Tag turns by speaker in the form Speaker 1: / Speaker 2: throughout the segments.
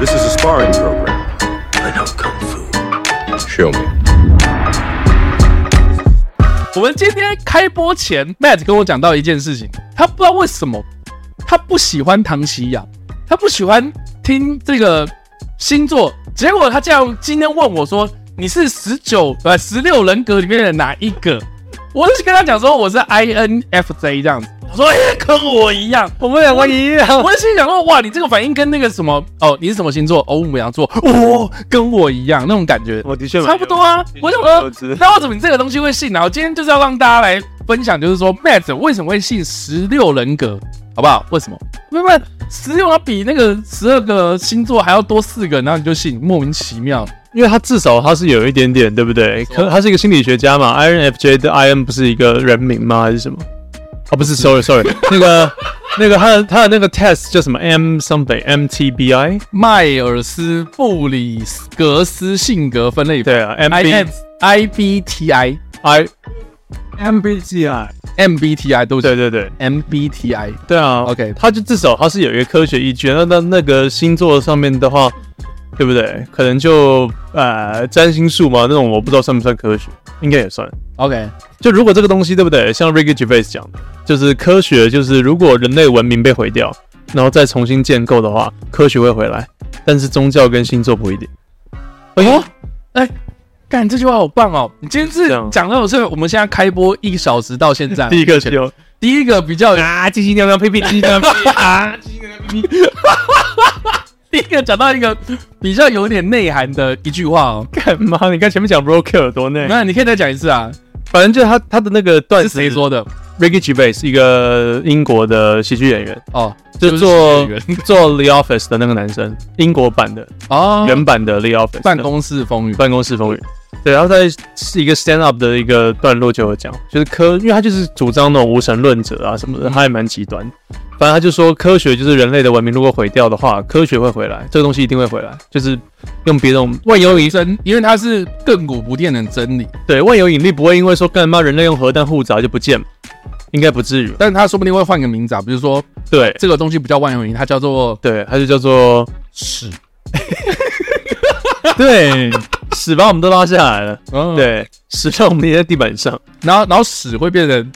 Speaker 1: sparring program. I know kung fu. Show me.
Speaker 2: 我们今天开播前，Matt 跟我讲到一件事情，他不知道为什么，他不喜欢唐奇雅，他不喜欢听这个星座。结果他竟然今天问我说：“你是十九呃十六人格里面的哪一个？”我就跟他讲说我是 INFJ 这样子。他说：“哎、跟我一样。”
Speaker 3: 我们两个一样，
Speaker 2: 我就心想说：“哇，你这个反应跟那个什么哦，你是什么星座？哦，母羊座，哦，跟我一样那种感觉。”
Speaker 3: 我的确蛮
Speaker 2: 差不多啊。我想说
Speaker 3: 我知，
Speaker 2: 那为什么你这个东西会信呢、啊我今天就是要让大家来分享，就是说 Matt 为什么会信十六人格，好不好？为什么？因为十六它比那个十二个星座还要多四个，然后你就信，莫名其妙。
Speaker 3: 因为他至少他是有一点点，对不对？可他是一个心理学家嘛，INFJ 的 IN 不是一个人名吗？还是什么？哦，不是，sorry sorry，那 个那个他的他的那个 test 叫什么 M something MTBI
Speaker 2: 迈尔斯布里格斯性格分类法，
Speaker 3: 对啊
Speaker 2: i
Speaker 3: ，MB
Speaker 2: F I B T I
Speaker 3: I MBTI
Speaker 2: M B T I 都
Speaker 3: 对
Speaker 2: 是
Speaker 3: 对对
Speaker 2: M B T I。
Speaker 3: 对啊
Speaker 2: OK
Speaker 3: 他就至少他是有一个科学依据。那那那个星座上面的话，对不对？可能就呃占星术嘛，那种我不知道算不算科学，应该也算。
Speaker 2: OK，
Speaker 3: 就如果这个东西对不对？像 Ricky Gervais 讲的，就是科学，就是如果人类文明被毁掉，然后再重新建构的话，科学会回来，但是宗教跟星座不一定。哎呦，
Speaker 2: 哎、干这句话好棒哦！你今天是
Speaker 3: 这样
Speaker 2: 讲到是我们现在开播一个小时到现在，
Speaker 3: 第 一个就
Speaker 2: 第一个比较，
Speaker 3: 啊，鸡鸡尿尿，屁屁鸡 尿尿，啊，
Speaker 2: 第一个讲到一个比较有点内涵的一句话哦。
Speaker 3: 干嘛？你看前面讲 Bro Kill 多内，
Speaker 2: 那你可以再讲一次啊，
Speaker 3: 反正就是他他的那个段
Speaker 2: 是
Speaker 3: 子
Speaker 2: 谁说的？
Speaker 3: ？Ricky Gervais 是一个英国的喜剧演员，
Speaker 2: 哦，
Speaker 3: 就做
Speaker 2: 就是演员
Speaker 3: 做 The Office 的那个男生，英国版的
Speaker 2: 哦，
Speaker 3: 原版的 The Office
Speaker 2: 办公室风云。
Speaker 3: 办公室风云。对，然后在是一个 stand up 的一个段落就有讲，就是科，因为他就是主张那种无神论者啊什么的，他也蛮极端。反正他就说，科学就是人类的文明如果毁掉的话，科学会回来，这个东西一定会回来，就是用别种
Speaker 2: 万有引力，因为它是亘古不变的真理，
Speaker 3: 对万有引力不会因为说干嘛人类用核弹互砸就不见嘛，应该不至于。
Speaker 2: 但是它说不定会换个名字啊，比如说
Speaker 3: 对
Speaker 2: 这个东西不叫万有引力，它叫做
Speaker 3: 对，他就叫做
Speaker 2: 屎。
Speaker 3: 对屎把我们都拉下来了，
Speaker 2: 嗯，
Speaker 3: 对屎让我们也在地板上，
Speaker 2: 然后然后屎会变成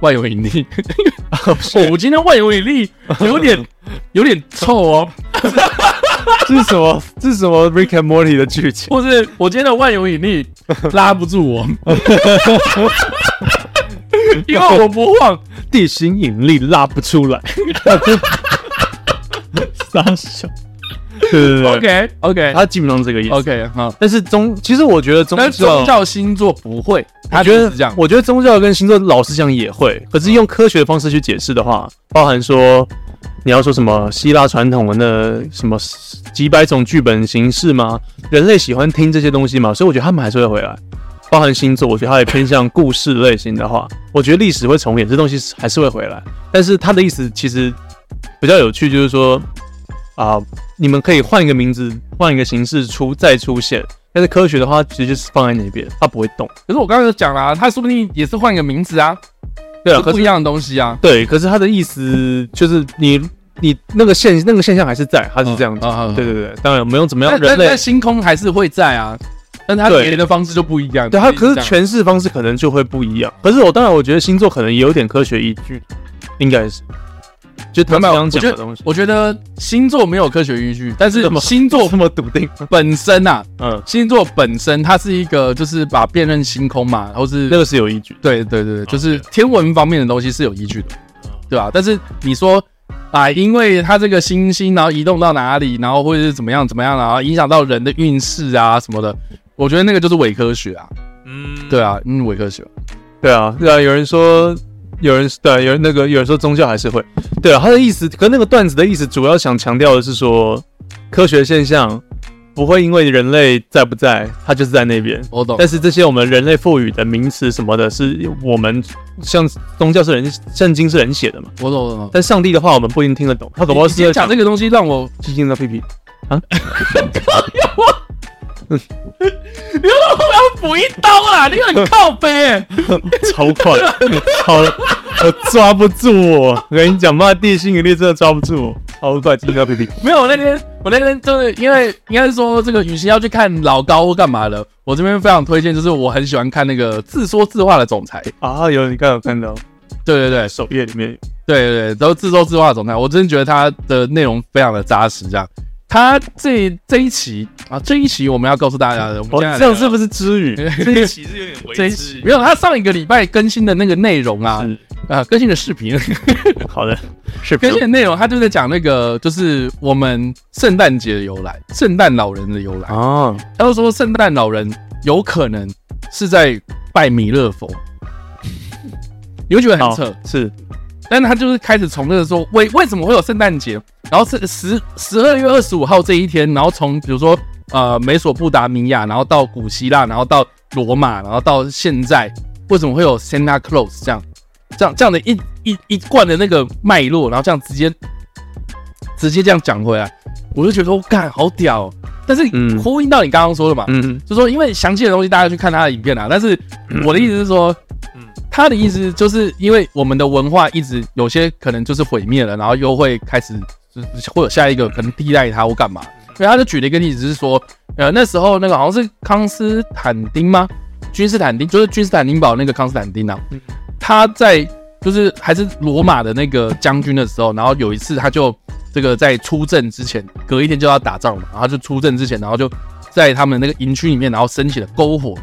Speaker 2: 万有引 力。哦，我今天万有引力有 点有点臭哦，
Speaker 3: 这是什么？ 这是什么 Rick and Morty 的剧情？
Speaker 2: 或是我今天的万有引 力拉不住我，因为我不晃。
Speaker 3: 地心引力拉不出 来。傻笑。对对对
Speaker 2: OK OK
Speaker 3: 他基本上这个意思。
Speaker 2: OK 好，
Speaker 3: 但是宗，其实我觉得宗
Speaker 2: 但是宗
Speaker 3: 教，
Speaker 2: 教星座不会，
Speaker 3: 我
Speaker 2: 他
Speaker 3: 觉
Speaker 2: 就是
Speaker 3: 得
Speaker 2: 这样。嗯
Speaker 3: 我觉得宗教跟星座，老实讲也会，可是用科学的方式去解释的话，包含说你要说什么希腊传统文的什么几百种剧本形式吗？人类喜欢听这些东西嘛，所以我觉得他们还是会回来。包含星座，我觉得它也偏向故事类型的话，我觉得历史会重演，这东西还是会回来。但是他的意思其实比较有趣，就是说啊、你们可以换一个名字，换一个形式出再出现。但是科学的话，其实就是放在那边，它不会动。
Speaker 2: 可是我刚刚有讲啦，他说不定也是换个名字啊，
Speaker 3: 对啊，
Speaker 2: 是
Speaker 3: 可
Speaker 2: 不
Speaker 3: 是
Speaker 2: 一样的东西啊。
Speaker 3: 对，可是他的意思就是你你那个现那个现象还是在，他是这样子。
Speaker 2: 嗯嗯嗯
Speaker 3: 对对对，当然我们用怎么样
Speaker 2: 但
Speaker 3: 人
Speaker 2: 但
Speaker 3: 类
Speaker 2: 但星空还是会在啊，但他
Speaker 3: 对
Speaker 2: 给人的方式就不一样。
Speaker 3: 对它，
Speaker 2: 就
Speaker 3: 可
Speaker 2: 这
Speaker 3: 是
Speaker 2: 样
Speaker 3: 诠释方式可能就会不一样。可是我当然，我觉得星座可能也有点科学依据，应该是。就他
Speaker 2: 没有，
Speaker 3: 刚
Speaker 2: 我
Speaker 3: 刚讲
Speaker 2: 觉
Speaker 3: 的
Speaker 2: 得
Speaker 3: 东西，
Speaker 2: 我觉得星座没有科学依据，但是
Speaker 3: 这么
Speaker 2: 星座
Speaker 3: 这么笃定，
Speaker 2: 本身啊，
Speaker 3: 嗯，
Speaker 2: 星座本身它是一个就是把辨认星空嘛，然后是
Speaker 3: 那个是有依据。
Speaker 2: 对对哦对，对就是天文方面的东西是有依据的，对吧、但是你说啊，因为它这个星星然后移动到哪里，然后或者是怎么样怎么样，然后影响到人的运势啊什么的，我觉得那个就是伪科学啊，
Speaker 3: 嗯，
Speaker 2: 对啊，嗯，伪科学，
Speaker 3: 对啊，对啊，有人说，有人对、啊，有人那个，有人说宗教还是会，对啊，他的意思，可那个段子的意思，主要想强调的是说，科学现象不会因为人类在不在，它就是在那边。
Speaker 2: 我懂
Speaker 3: 但，是这些我们人类赋予的名词什么的，是我们像宗教是人，圣经是人写的嘛？
Speaker 2: 我懂，我懂。
Speaker 3: 但上帝的话，我们不一定听得懂，他搞不好
Speaker 2: 你今天
Speaker 3: 是
Speaker 2: 讲这个东西让我，
Speaker 3: 基金的屁 屁。
Speaker 2: 你要我要补一刀啦，你很靠背、欸。
Speaker 3: 超快，超，我抓不住我。我跟你讲，妈，地心引力真的抓不住我，超快，金到屁屁。
Speaker 2: 没有，那天我那天就是因为应该是说这个，与其要去看老高或干嘛的，我这边非常推荐，就是我很喜欢看那个自说自话的总裁。
Speaker 3: 啊，有你刚有看到
Speaker 2: 对对对，
Speaker 3: 首页里面有
Speaker 2: 对对对，都自说自话的总裁，我真的觉得他的内容非常的扎实。这样，他这这一期啊，这一期我们要告诉大家的，我们
Speaker 3: 哦，
Speaker 2: 现在
Speaker 3: 这样是不是知语？
Speaker 2: 这一期
Speaker 4: 其实有点
Speaker 2: 这
Speaker 4: 为
Speaker 2: 一
Speaker 4: 之
Speaker 2: 期没有他上一个礼拜更新的那个内容啊
Speaker 3: 是
Speaker 2: 啊，更新的视频，
Speaker 3: 好的，是不
Speaker 2: 更新的
Speaker 3: 是？
Speaker 2: 内容他就在讲那个就是我们圣诞节的由来，圣诞老人的由来。
Speaker 3: 啊，
Speaker 2: 他就说圣诞老人有可能是在拜弥勒佛， 你会觉得
Speaker 3: 好
Speaker 2: 很扯。
Speaker 3: 是
Speaker 2: 但他就是开始从那个说为为什么会有圣诞节，然后是十十二月二十五号这一天，然后从比如说呃美索不达米亚，然后到古希腊，然后到罗马，然后到现在，为什么会有 Santa Claus 这样这样这样的一一一贯的那个脉络，然后这样直接直接这样讲回来，我就觉得我干好屌哦、但是
Speaker 3: 嗯
Speaker 2: 呼应到你刚刚说的嘛，
Speaker 3: 嗯，
Speaker 2: 就说因为详细的东西大家去看他的影片啊，但是我的意思是说，
Speaker 4: 嗯
Speaker 2: 他的意思就是因为我们的文化一直有些可能就是毁灭了，然后又会开始就是会有下一个可能替代它或干嘛，所以他就举了一个例子是说，呃那时候那个好像是康斯坦丁吗？君士坦丁就是君士坦丁堡那个康斯坦丁啊，他在就是还是罗马的那个将军的时候，然后有一次他就这个在出阵之前，隔一天就要打仗嘛，然后他就出阵之前，然后就在他们那个营区里面，然后升起了篝火，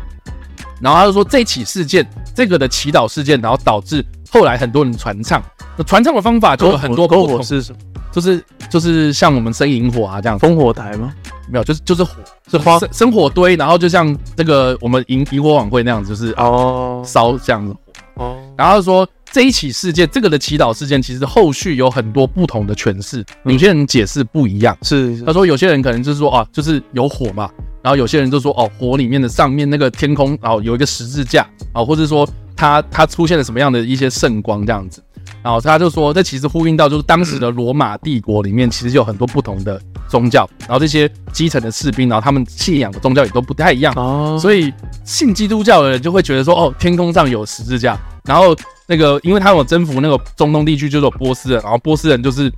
Speaker 2: 然后他就说这起事件，这个的祈祷事件，然后导致后来很多人传唱，那传唱的方法就有很多
Speaker 3: 篝
Speaker 2: 不
Speaker 3: 火
Speaker 2: 同，
Speaker 3: 是什么？
Speaker 2: 就是就是像我们生引火啊这样，
Speaker 3: 烽火台吗？
Speaker 2: 没有，就是就是火
Speaker 3: 是花
Speaker 2: 生生火堆，然后就像这个我们萤萤火晚会那样子，就是啊
Speaker 3: 哦
Speaker 2: 烧这样子
Speaker 3: 哦，
Speaker 2: 然后说这一起事件，这个的祈祷事件，其实后续有很多不同的诠释，有些人解释不一样。
Speaker 3: 是是
Speaker 2: 他说有些人可能就是说啊，就是有火嘛，然后有些人就说哦，火里面的上面那个天空哦有一个十字架啊，或者说它它出现了什么样的一些圣光这样子。然后他就说，这其实呼应到就是当时的罗马帝国里面，其实有很多不同的宗教，然后这些基层的士兵，然后他们信仰的宗教也都不太一样，
Speaker 3: 哦，
Speaker 2: 所以信基督教的人就会觉得说，哦，天空上有十字架，然后那个，因为他们有征服那个中东地区，就是有波斯人，然后波斯人就是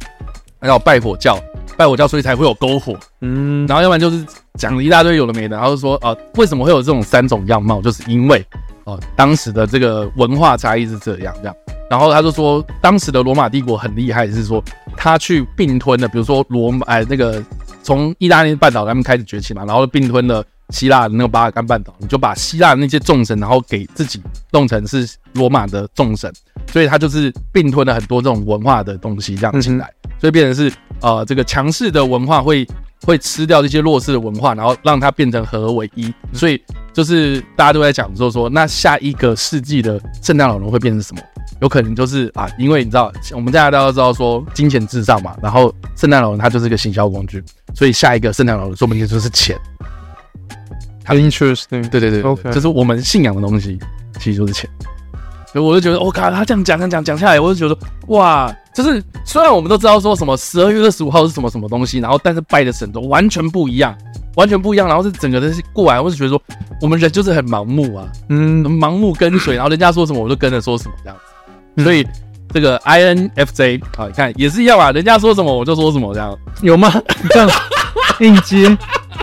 Speaker 2: 然后拜火教，拜火教，所以才会有篝火，
Speaker 3: 嗯，
Speaker 2: 然后要不然就是讲了一大堆有的没的，然后说，啊，为什么会有这种三种样貌，就是因为哦、当时的这个文化差异是这样这样，然后他就说，当时的罗马帝国很厉害，是说他去并吞了，比如说罗马哎那个从意大利半岛他们开始崛起嘛，然后并吞了希腊的那个巴尔干半岛，你就把希腊的那些众神，然后给自己弄成是罗马的众神，所以他就是并吞了很多这种文化的东西这样进来，所以变成是呃这个强势的文化会会吃掉这些弱势的文化，然后让它变成合而为一，所以就是大家都在讲说说那下一个世纪的圣诞老人会变成什么？有可能就是啊，因为你知道，我们大家都知道说金钱至上嘛，然后圣诞老人他就是个行销工具，所以下一个圣诞老人说不定就是钱。
Speaker 3: interesting，
Speaker 2: 对对对
Speaker 3: OK
Speaker 2: 就是我们信仰的东西，其实就是钱。所以我就觉得，我、靠，他这样讲讲讲讲下来，我就觉得，哇，就是虽然我们都知道说什么十二月二十五号是什么什么东西，然后但是拜的神都完全不一样，完全不一样，然后是整个的是过来，我就觉得说，我们人就是很盲目啊，
Speaker 3: 嗯，
Speaker 2: 盲目跟 随，然后人家说什么我就跟着说什么这样子。所以这个 INFJ 啊，你看也是一样啊，人家说什么我就说什么这样。
Speaker 3: 有吗？这样应 接。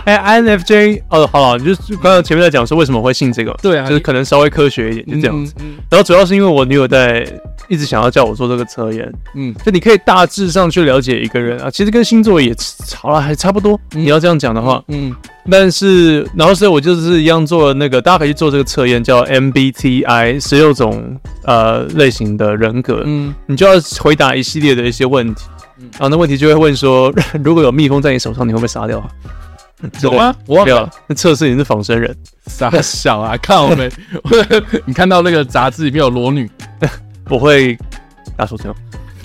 Speaker 3: 哎，INFJ，哦，好了，就是刚刚前面在讲说为什么会信这个，
Speaker 2: 对啊
Speaker 3: 就是可能稍微科学一点，就这样子。
Speaker 2: 嗯
Speaker 3: 然后主要是因为我女友在一直想要叫我做这个测验，
Speaker 2: 嗯
Speaker 3: 就你可以大致上去了解一个人啊，其实跟星座也好了，还差不多。
Speaker 2: 嗯
Speaker 3: 你要这样讲的话，
Speaker 2: 嗯
Speaker 3: 但是然后所以我就是一样做了那个，大家可以去做这个测验，叫 MBTI 十六种呃类型的人格，
Speaker 2: 嗯
Speaker 3: 你就要回答一系列的一些问题。然后那问题就会问说， 如果有蜜蜂在你手上，你会不会杀掉啊？
Speaker 2: 有吗？我忘
Speaker 3: 没
Speaker 2: 了。
Speaker 3: 有，那测试你是仿生人。
Speaker 2: 傻小 啊！看我们，你看到那个杂志里面有裸女，
Speaker 3: 我会大手枪，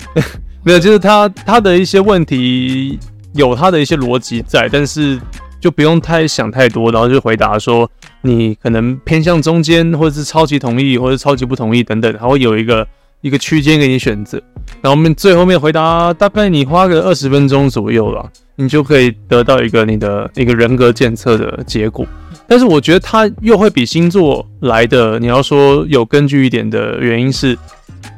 Speaker 3: 没有，就是他他的一些问题有他的一些逻辑在，但是就不用太想太多，然后就回答说你可能偏向中间，或者是超级同意，或者是超级不同意等等，他会有一个一个区间给你选择。然后我们最后面回答，大概你花个二十分钟左右啦，你就可以得到一个你的一个人格检测的结果。但是我觉得它又会比星座来的，你要说有根据一点的原因是，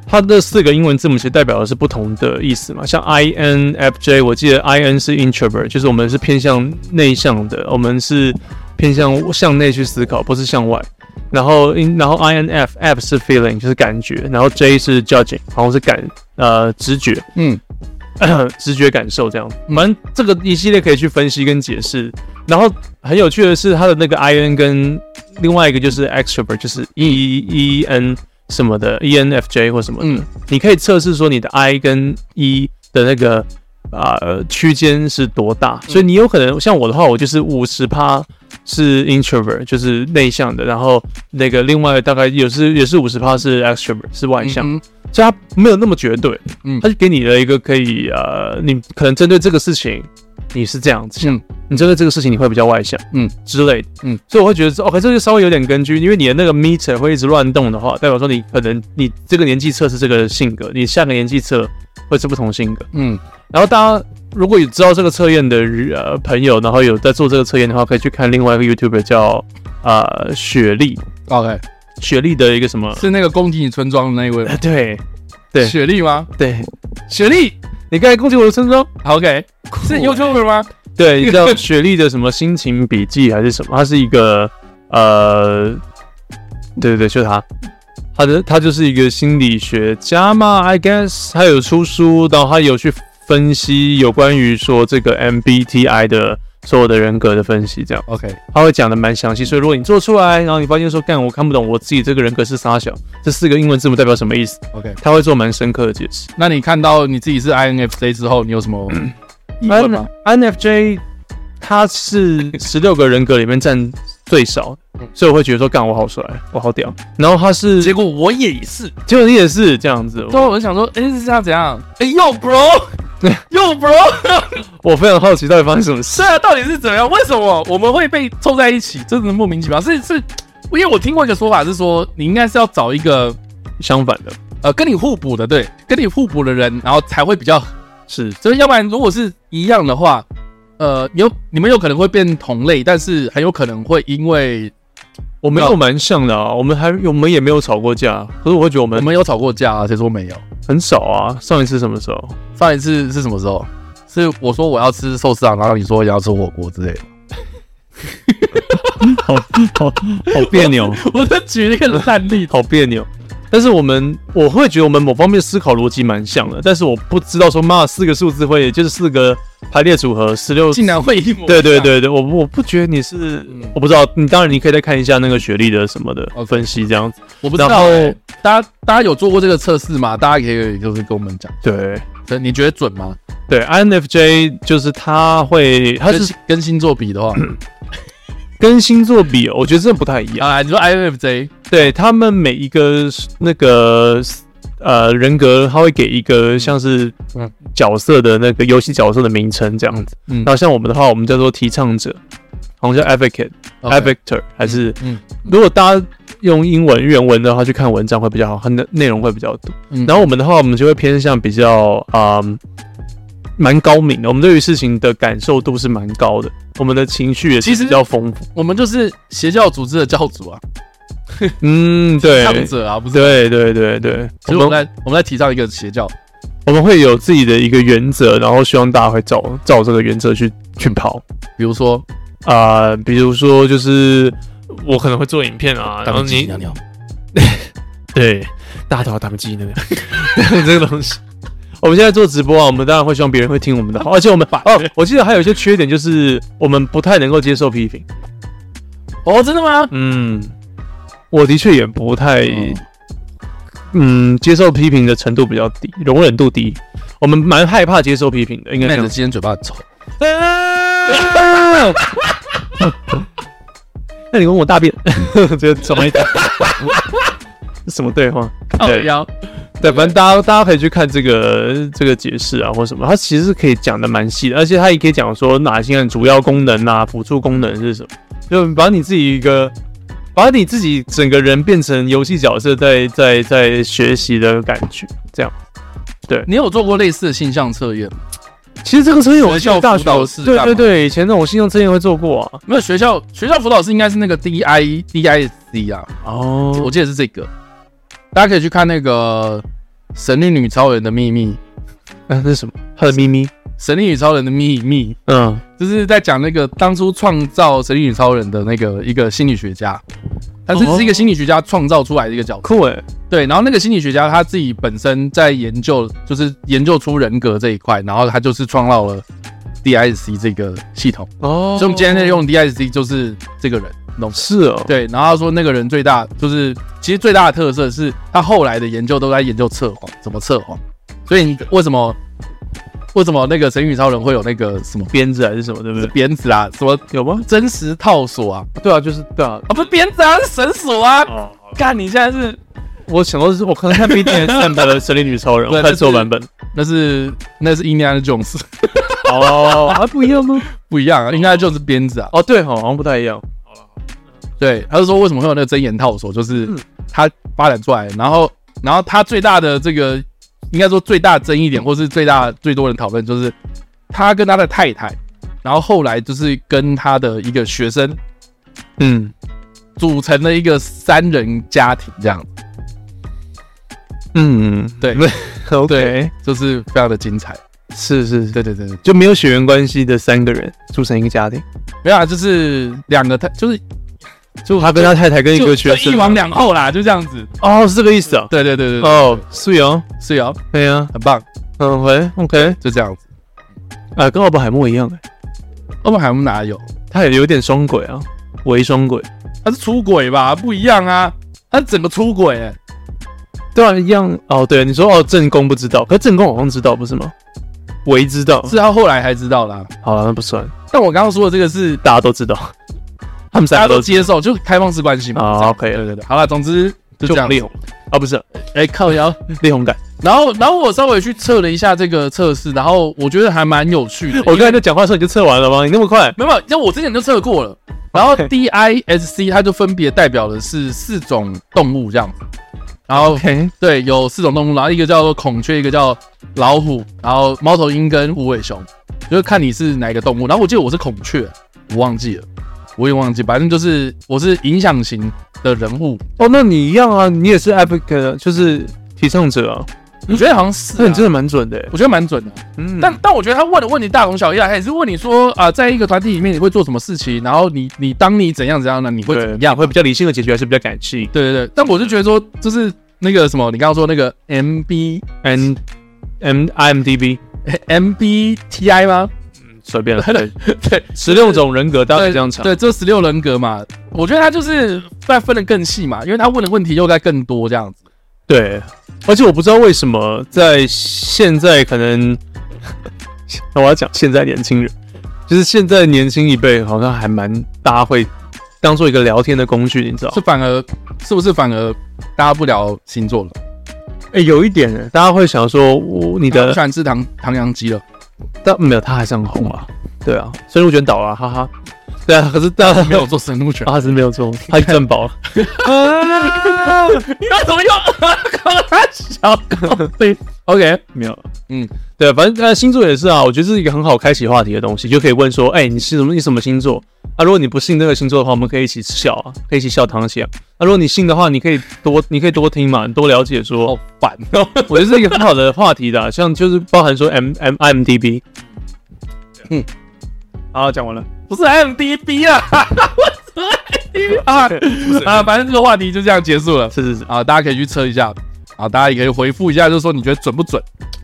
Speaker 3: 它的四个英文字母其实代表的是不同的意思嘛。像 I N F J，我记得 I N 是 introvert，就是我们是偏向内向的，我们是偏向向内去思考，不是向外。然后 in 然后 I N F F 是 feeling，就是感觉，然后 J 是 judging，好像是感呃直觉，
Speaker 2: 嗯，
Speaker 3: 直觉感受这样。反正这个一系列可以去分析跟解释。然后很有趣的是，它的那个 I N 跟另外一个就是 extrovert，就是 E E N 什么的，E N F J 或什么的。
Speaker 2: 嗯
Speaker 3: 你可以测试说你的 I 跟 E 的那个啊、呃区间是多大，
Speaker 2: 嗯
Speaker 3: 所以你有可能像我的话，我就是五十趴是 introvert，就是内向的，然后那个另外大概也是也是五十趴是 extrovert，是外向，
Speaker 2: 嗯
Speaker 3: 所以它没有那么绝对，
Speaker 2: 嗯
Speaker 3: 它就给你了一个可以呃，你可能针对这个事情你是这样子想，
Speaker 2: 嗯
Speaker 3: 你针对这个事情你会比较外向，
Speaker 2: 嗯
Speaker 3: 之类的，
Speaker 2: 嗯，
Speaker 3: 嗯所以我会觉得说 OK，这就稍微有点根据，因为你的那个 meter 会一直乱动的话，代表说你可能你这个年纪测是这个性格，你下个年纪测会是不同性格。
Speaker 2: 嗯
Speaker 3: 然后大家如果有知道这个测验的呃朋友，然后有在做这个测验的话，可以去看另外一个 YouTuber 叫呃雪莉，
Speaker 2: ，OK，
Speaker 3: 雪莉的一个 什么？
Speaker 2: 是那个宫崎村庄的那一位吗
Speaker 3: 呃对对
Speaker 2: 雪莉吗？
Speaker 3: 对，
Speaker 2: 雪莉
Speaker 3: 你刚才攻击我的村庄，
Speaker 2: 好，OK，是啊 YouTuber 吗？
Speaker 3: 对，叫雪莉的什么心情笔记还是什么？它是一个呃，对对对，就是他，他的他就是一个心理学家嘛，I guess，他有出书，然后他有去分析有关于说这个 MBTI 的所有的人格的分析，这样
Speaker 2: OK，
Speaker 3: 他会讲的蛮详细。所以如果你做出来，然后你发现说干我看不懂我自己这个人格是啥小，这四个英文字母代表什么意思，
Speaker 2: OK，
Speaker 3: 他会做蛮深刻的解释。
Speaker 2: 那你看到你自己是 INFJ 之后，你有什么疑问吗
Speaker 3: N N F J 他是 十六个人格里面占最少，所以我会觉得说，干我好帅，我好屌。然后他是
Speaker 2: 嗯结果我也是，
Speaker 3: 结果你也是这样子，
Speaker 2: 对啊，我就想说，哎、是这样怎样？哎、呦，bro，呦，bro，
Speaker 3: 我非常好奇到底发生什么事
Speaker 2: 这。到底是怎么样？为什么我们会被凑在一起？真的莫名其妙。是是，因为我听过一个说法是说，你应该是要找一个
Speaker 3: 相反的
Speaker 2: 呃跟你互补的，对，跟你互补的人，然后才会比较合。
Speaker 3: 是，
Speaker 2: 所以要不然如果是一样的话，呃，有你们有可能会变同类，但是很有可能会因为
Speaker 3: 我们有蛮像的啊，我们还我们也没有吵过架，可是我会觉得我
Speaker 2: 我
Speaker 3: 们
Speaker 2: 们有吵过架啊，谁说没有？
Speaker 3: 很少啊。上一次什么时候？
Speaker 2: 上一次是什么时候？是我说我要吃寿司啊，然后你说你要吃火锅之类的。
Speaker 3: 好好好别扭，
Speaker 2: 我在举了一个烂例
Speaker 3: 好别扭。但是我们我会觉得我们某方面思考逻辑蛮像的，但是我不知道说妈四个数字会就是四个排列组合十六
Speaker 2: 竟然会一模
Speaker 3: 对对对对，我我不觉得你是，
Speaker 2: 嗯
Speaker 3: 我不知道，你当然你可以再看一下那个学历的什么的
Speaker 2: OK
Speaker 3: 分析这样子。
Speaker 2: 我不知道、
Speaker 3: 然后
Speaker 2: 欸。大家大家有做过这个测试吗？大家可以就是跟我们讲，
Speaker 3: 对
Speaker 2: 所以你觉得准吗？
Speaker 3: 对，INFJ 就是他会，他
Speaker 2: 跟
Speaker 3: 是
Speaker 2: 跟星座比 的话，
Speaker 3: 跟星座比，我觉得真的不太一样。
Speaker 2: 啊，你说 INFJ，
Speaker 3: 对他们每一个那个呃人格，他会给一个像是
Speaker 2: 嗯
Speaker 3: 角色的那个游戏角色的名称这样子。
Speaker 2: 嗯
Speaker 3: 然后像我们的话，我们叫做提倡者，好像叫 advocate、
Speaker 2: OK
Speaker 3: advocate 还是。
Speaker 2: 嗯
Speaker 3: 如果大家用英文原文的话去看文章会比较好，它的内容会比较多。
Speaker 2: 嗯
Speaker 3: 然后我们的话，我们就会偏向比较啊，嗯蛮、高明的。我们对于事情的感受度是蛮高的，我们的情绪也是
Speaker 2: 其实
Speaker 3: 比较丰富。
Speaker 2: 我们就是邪教组织的教主啊，
Speaker 3: 嗯，对，
Speaker 2: 倡者啊，不是？
Speaker 3: 对对对对，
Speaker 2: 其实
Speaker 3: 我
Speaker 2: 我们
Speaker 3: 们
Speaker 2: 在我们在提倡一个邪教，
Speaker 3: 我们会有自己的一个原则，然后希望大家会照照这个原则去去跑
Speaker 2: 比如说
Speaker 3: 啊、比如说就是我可能会做影片啊，然后
Speaker 2: 当机
Speaker 3: 你
Speaker 2: 尿尿，
Speaker 3: 对，大头他们记那个这个东西。我们现在做直播啊，我们当然会希望别人会听我们的好，而且我们哦，我记得还有一些缺点就是我们不太能够接受批评。
Speaker 2: 哦，真的吗？
Speaker 3: 嗯，我的确也不太
Speaker 2: 嗯
Speaker 3: 嗯接受批评的程度比较低，容忍度低。我们蛮害怕接受批评的，应该这
Speaker 2: 妹
Speaker 3: 样
Speaker 2: 子今天嘴巴很臭，
Speaker 3: 啊 那你问我大便，直接转一打。什么对话？
Speaker 2: 靠
Speaker 3: 对
Speaker 2: 腰，
Speaker 3: 对，反正大家大家可以去看这个这个解释啊，或什么，它其实可以讲的蛮细的，而且它也可以讲说哪些主要功能啊、辅助功能是什么，就把你自己一个，把你自己整个人变成游戏角色在，在在学习的感觉。这样，
Speaker 2: 你有做过类似的性向测验吗？
Speaker 3: 其实这个测验我
Speaker 2: 学
Speaker 3: 记得
Speaker 2: 校
Speaker 3: 大
Speaker 2: 辅导室
Speaker 3: 对
Speaker 2: 干嘛
Speaker 3: 对对，以前那种信用测验会做过啊。
Speaker 2: 没有学校学校辅导室应该是那个 D I D I C 啊，
Speaker 3: 哦
Speaker 2: 我记得是这个，大家可以去看那个神力女超人的秘密》，
Speaker 3: 嗯，那是什么？他的咪咪，
Speaker 2: 《神力女超人的秘密
Speaker 3: 嗯》
Speaker 2: 就是在讲那个当初创造神力女超人的那个一个心理学家，他是
Speaker 3: 哦
Speaker 2: 是一个心理学家创造出来的一个角色。
Speaker 3: 酷诶，
Speaker 2: 对，然后那个心理学家他自己本身在研究，就是研究出人格这一块，然后他就是创造了 DSC 这个系统。
Speaker 3: 哦
Speaker 2: 所以我们今天在用 DSC 就是这个人，懂吗？
Speaker 3: 是哦，
Speaker 2: 对，然后他说那个人最大就是，其实最大的特色是他后来的研究都在研究测谎，怎么测谎。所以你为什么为什么那个神与超人会有那个什么
Speaker 3: 鞭子还是什么，对不对？
Speaker 2: 鞭子啊，什么
Speaker 3: 有吗？
Speaker 2: 真实套索啊？
Speaker 3: 对啊，就是对啊。
Speaker 2: 啊，不是鞭子啊，是绳索啊！
Speaker 3: 哦，
Speaker 2: 干，你现在是
Speaker 3: 我想到是我可能看 B T S 三版的《神力女超人》，
Speaker 2: 对
Speaker 3: 我看错版本。
Speaker 2: 那是那是 Indiana Jones
Speaker 3: 哦，还不一样吗？
Speaker 2: 不一样啊，Indiana Jones 是鞭子啊。
Speaker 3: 哦，对哦，好像不太一样。
Speaker 2: 对，他就说为什么会有那个真言套索，就是
Speaker 3: 嗯
Speaker 2: 他发展出来，然后然后他最大的这个应该说最大争议点，或是最大最多人讨论，就是他跟他的太太，然后后来就是跟他的一个学生
Speaker 3: 嗯
Speaker 2: 组成了一个三人家庭，这样
Speaker 3: 嗯，
Speaker 2: 对
Speaker 3: ，OK，
Speaker 2: 就是非常的精彩。
Speaker 3: 是是是，
Speaker 2: 对对对对，
Speaker 3: 就没有血缘关系的三个人组成一个家庭，
Speaker 2: 没有啊，就是两个太就是
Speaker 3: 就他跟他太太跟一
Speaker 2: 就
Speaker 3: 个学
Speaker 2: 就
Speaker 3: 生
Speaker 2: 一王两后啦，就这样子。
Speaker 3: 哦，是这个意思啊。
Speaker 2: 对对对对，对
Speaker 3: 哦，素瑶，
Speaker 2: 是瑶
Speaker 3: 对呀，
Speaker 2: 很棒，
Speaker 3: 嗯，喂，OK，
Speaker 2: 就这样子。
Speaker 3: 啊，跟奥本海默一样，
Speaker 2: 我们还哪有？
Speaker 3: 他也有点双轨啊，伪双轨。
Speaker 2: 他是出轨吧？不一样啊，他整个出轨、欸，
Speaker 3: 对啊，一样哦。对，你说哦，正宫不知道，可是正宫好像知道不是吗？唯知道，
Speaker 2: 是他后来才知道啦。
Speaker 3: 好了，那不算，
Speaker 2: 但我刚刚说的这个是
Speaker 3: 大家都 知道，他们
Speaker 2: 大
Speaker 3: 三
Speaker 2: 家
Speaker 3: 个
Speaker 2: 都
Speaker 3: 都知
Speaker 2: 接受，就是开放式关系嘛。
Speaker 3: 啊
Speaker 2: 这样
Speaker 3: OK
Speaker 2: 对对对，好了，总之就这样子
Speaker 3: 力。宏啊，不是
Speaker 2: 哎、靠腰。
Speaker 3: 力 宏感。
Speaker 2: 然后，然后我稍微去测了一下这个测试，然后我觉得还蛮有趣的。
Speaker 3: 我刚才在讲话的时候你就测完了吗？你那么 快？
Speaker 2: 没有，因为我之前就测过了。然 后 DISC 它就分别代表的是四种动物这样子。然后
Speaker 3: OK，
Speaker 2: 对，有四种动物，然后一个叫做孔雀，一个叫老虎，然后猫头鹰跟无尾熊，就是看你是哪一个动物。然后我记得我是孔雀，我忘记了，我也忘记，反正就是我是影响型的人 物，
Speaker 3: 哦，那你一样啊，你也是 epic，就是提倡者啊。
Speaker 2: 我觉得好像是、
Speaker 3: 那
Speaker 2: 啊
Speaker 3: 你真，的蛮准的欸。
Speaker 2: 我觉得蛮准的。
Speaker 3: 嗯，
Speaker 2: 但但我觉得他问的问题大同小异啊，他也是问你说啊、在一个团体里面你会做什么事情，然后你你当你怎样怎样呢，你会怎
Speaker 3: 对
Speaker 2: 么，样？
Speaker 3: 会比较理性的解决，还是比较感性
Speaker 2: 对对对，但我是觉得说就是那个什么，你刚刚说那个 MB
Speaker 3: ？N M I M D B
Speaker 2: MBTI 吗？
Speaker 3: 随便了，
Speaker 2: 对，
Speaker 3: 十六种人格大概
Speaker 2: 对，
Speaker 3: 这样查。
Speaker 2: 对，这十六人格嘛，我觉得他就是再分的更细嘛，因为他问的问题又该更多这样子。
Speaker 3: 对，而且我不知道为什么在现在可能， 那我要讲现在年轻人，就是现在年轻一辈好像还蛮大家会当做一个聊天的工具，你知道
Speaker 2: 是？反而是不是反而大家不聊星座了？
Speaker 3: 哎、有一点欸，大家会想说，我你
Speaker 2: 你
Speaker 3: 的
Speaker 2: 喜欢吃唐唐扬鸡了？
Speaker 3: 但没有，他还是很红啊，对啊，所以我觉得倒了，哈哈。对啊，可是大家
Speaker 2: 没有做神鹿犬，
Speaker 3: 啊，是没有做，他就赚饱了。 啊
Speaker 2: 你要怎么用？他小狗对
Speaker 3: OK，没有，
Speaker 2: 嗯
Speaker 3: 嗯，对，反正呃，星座也是啊，我觉得这是一个很好开启话题的东西，就可以问说，哎、你是什么？你什么星座？啊，如果你不信那个星座的话，我们可以一起笑啊，可以一起笑唐写啊。啊，如果你信的话，你可以多，你可以多听嘛，你多了解说，
Speaker 2: 好烦哦。
Speaker 3: 我觉得是一个很好的话题的啊、像就是包含说 M M I M D B，
Speaker 2: 嗯
Speaker 3: 嗯，好，讲完了，
Speaker 2: 不是 MDB 啊， 我怎么 MDB 啊啊，反正这个话题就这样结束了
Speaker 3: 是是是
Speaker 2: 啊，大家可以去测一下啊，大家也可以回复一下，就是说你觉得准不准？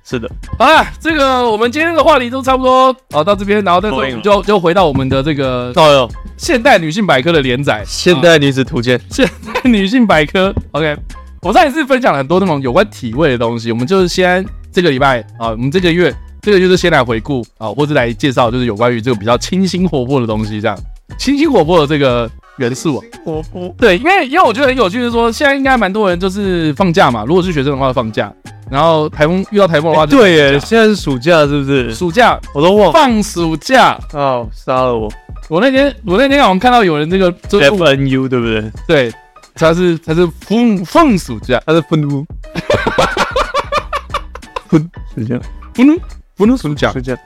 Speaker 3: 是的，
Speaker 2: 好啦，这个我们今天的话题都差不多啊，到这边，然后再说我们就就回到我们的这个
Speaker 3: 哦哟，
Speaker 2: 现代女性百科的连载，
Speaker 3: 现代女子图鉴，
Speaker 2: 现代女性百科。OK，我上一次分享了很多那种有关体味的东西，我们就是先这个礼拜啊，我们这个月这个就是先来回顾啊，或者来介绍就是有关于这个比较清新活泼的东西，这样清新活泼的这个元素啊。
Speaker 3: 我不
Speaker 2: 对，因为因为我觉得很有趣是说，现在应该蛮多人就是放假嘛，如果是学生的话放假，然后台风遇到台风的话就
Speaker 3: 哎对耶，现在是暑假是不是？
Speaker 2: 暑假
Speaker 3: 我都忘了，
Speaker 2: 放暑假，
Speaker 3: 哦，杀了我
Speaker 2: 我那天我那天好像看到有人这个就
Speaker 3: ，F N U 对不对？
Speaker 2: 对，他是他是放放暑假，
Speaker 3: 他是愤怒，愤是这样，
Speaker 2: 不能不能暑假
Speaker 3: 是这样。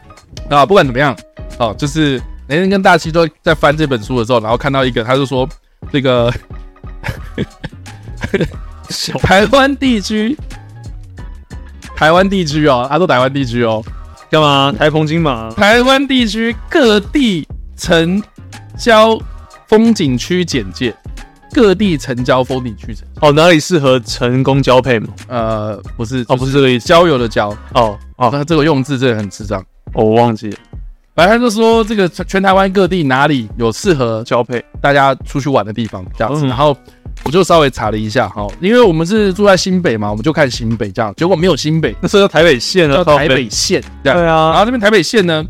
Speaker 2: 啊！不管怎么样，哦，就是那天跟大西都在翻这本书的时候，然后看到一个，他就说这个 台湾地区台湾地区哦，他说台湾地区哦，
Speaker 3: 干嘛？台风金马，
Speaker 2: 台湾地区各地城郊风景区简介，各地城郊风景区简介，
Speaker 3: 哦，哪里适合成功交配吗？
Speaker 2: 呃，不是，
Speaker 3: 哦，不是这个意思，
Speaker 2: 交友的交，
Speaker 3: 哦哦，
Speaker 2: 那这个用字真的很智障。
Speaker 3: 哦我忘记了，
Speaker 2: 反正他就说这个全台湾各地哪里有适合
Speaker 3: 交配，
Speaker 2: 大家出去玩的地方这样子，
Speaker 3: 嗯
Speaker 2: 然后我就稍微查了一下哈，因为我们是住在新北嘛，我们就看新北这样，结果没有新北，
Speaker 3: 那是叫台北县啊，
Speaker 2: 叫
Speaker 3: 靠
Speaker 2: 台北，县这样。
Speaker 3: 对
Speaker 2: 然后
Speaker 3: 啊，
Speaker 2: 这边台北县呢，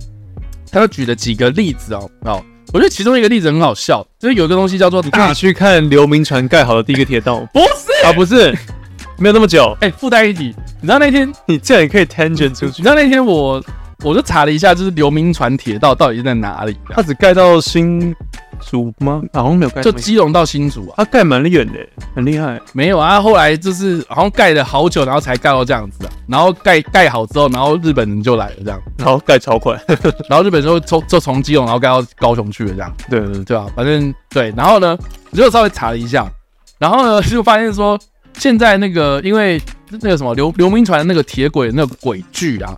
Speaker 2: 他就举了几个例子哦哦，我觉得其中一个例子很好笑，就是有一个东西叫做
Speaker 3: 你可
Speaker 2: 大
Speaker 3: 以啊去看刘铭传盖好的第一个铁 道
Speaker 2: 不是
Speaker 3: 啊，不是，没有那么久，
Speaker 2: 哎、附带一题，你知道那天你
Speaker 3: 你这样也可以 tangent 出去
Speaker 2: 知，道那天我我就查了一下，就是流民船铁道到底是在哪里 这样，
Speaker 3: 他只盖到新竹吗？好像没有盖
Speaker 2: 就
Speaker 3: 到新竹，
Speaker 2: 基隆到新竹啊。
Speaker 3: 他盖蛮远的，很厉害。
Speaker 2: 没有啊，后来就是好像盖了好久，然后才盖到这样子啊。然后盖盖好之后，然后日本人就来了这样，
Speaker 3: 然后盖超快，
Speaker 2: 然后日本人就从就从基隆，然后盖到高雄去了这样，
Speaker 3: 对对对，
Speaker 2: 对吧、反正对，然后呢，我就稍微查了一下，然后呢就发现说，现在那个因为那个什么流流民船的那个铁轨的那个轨距啊，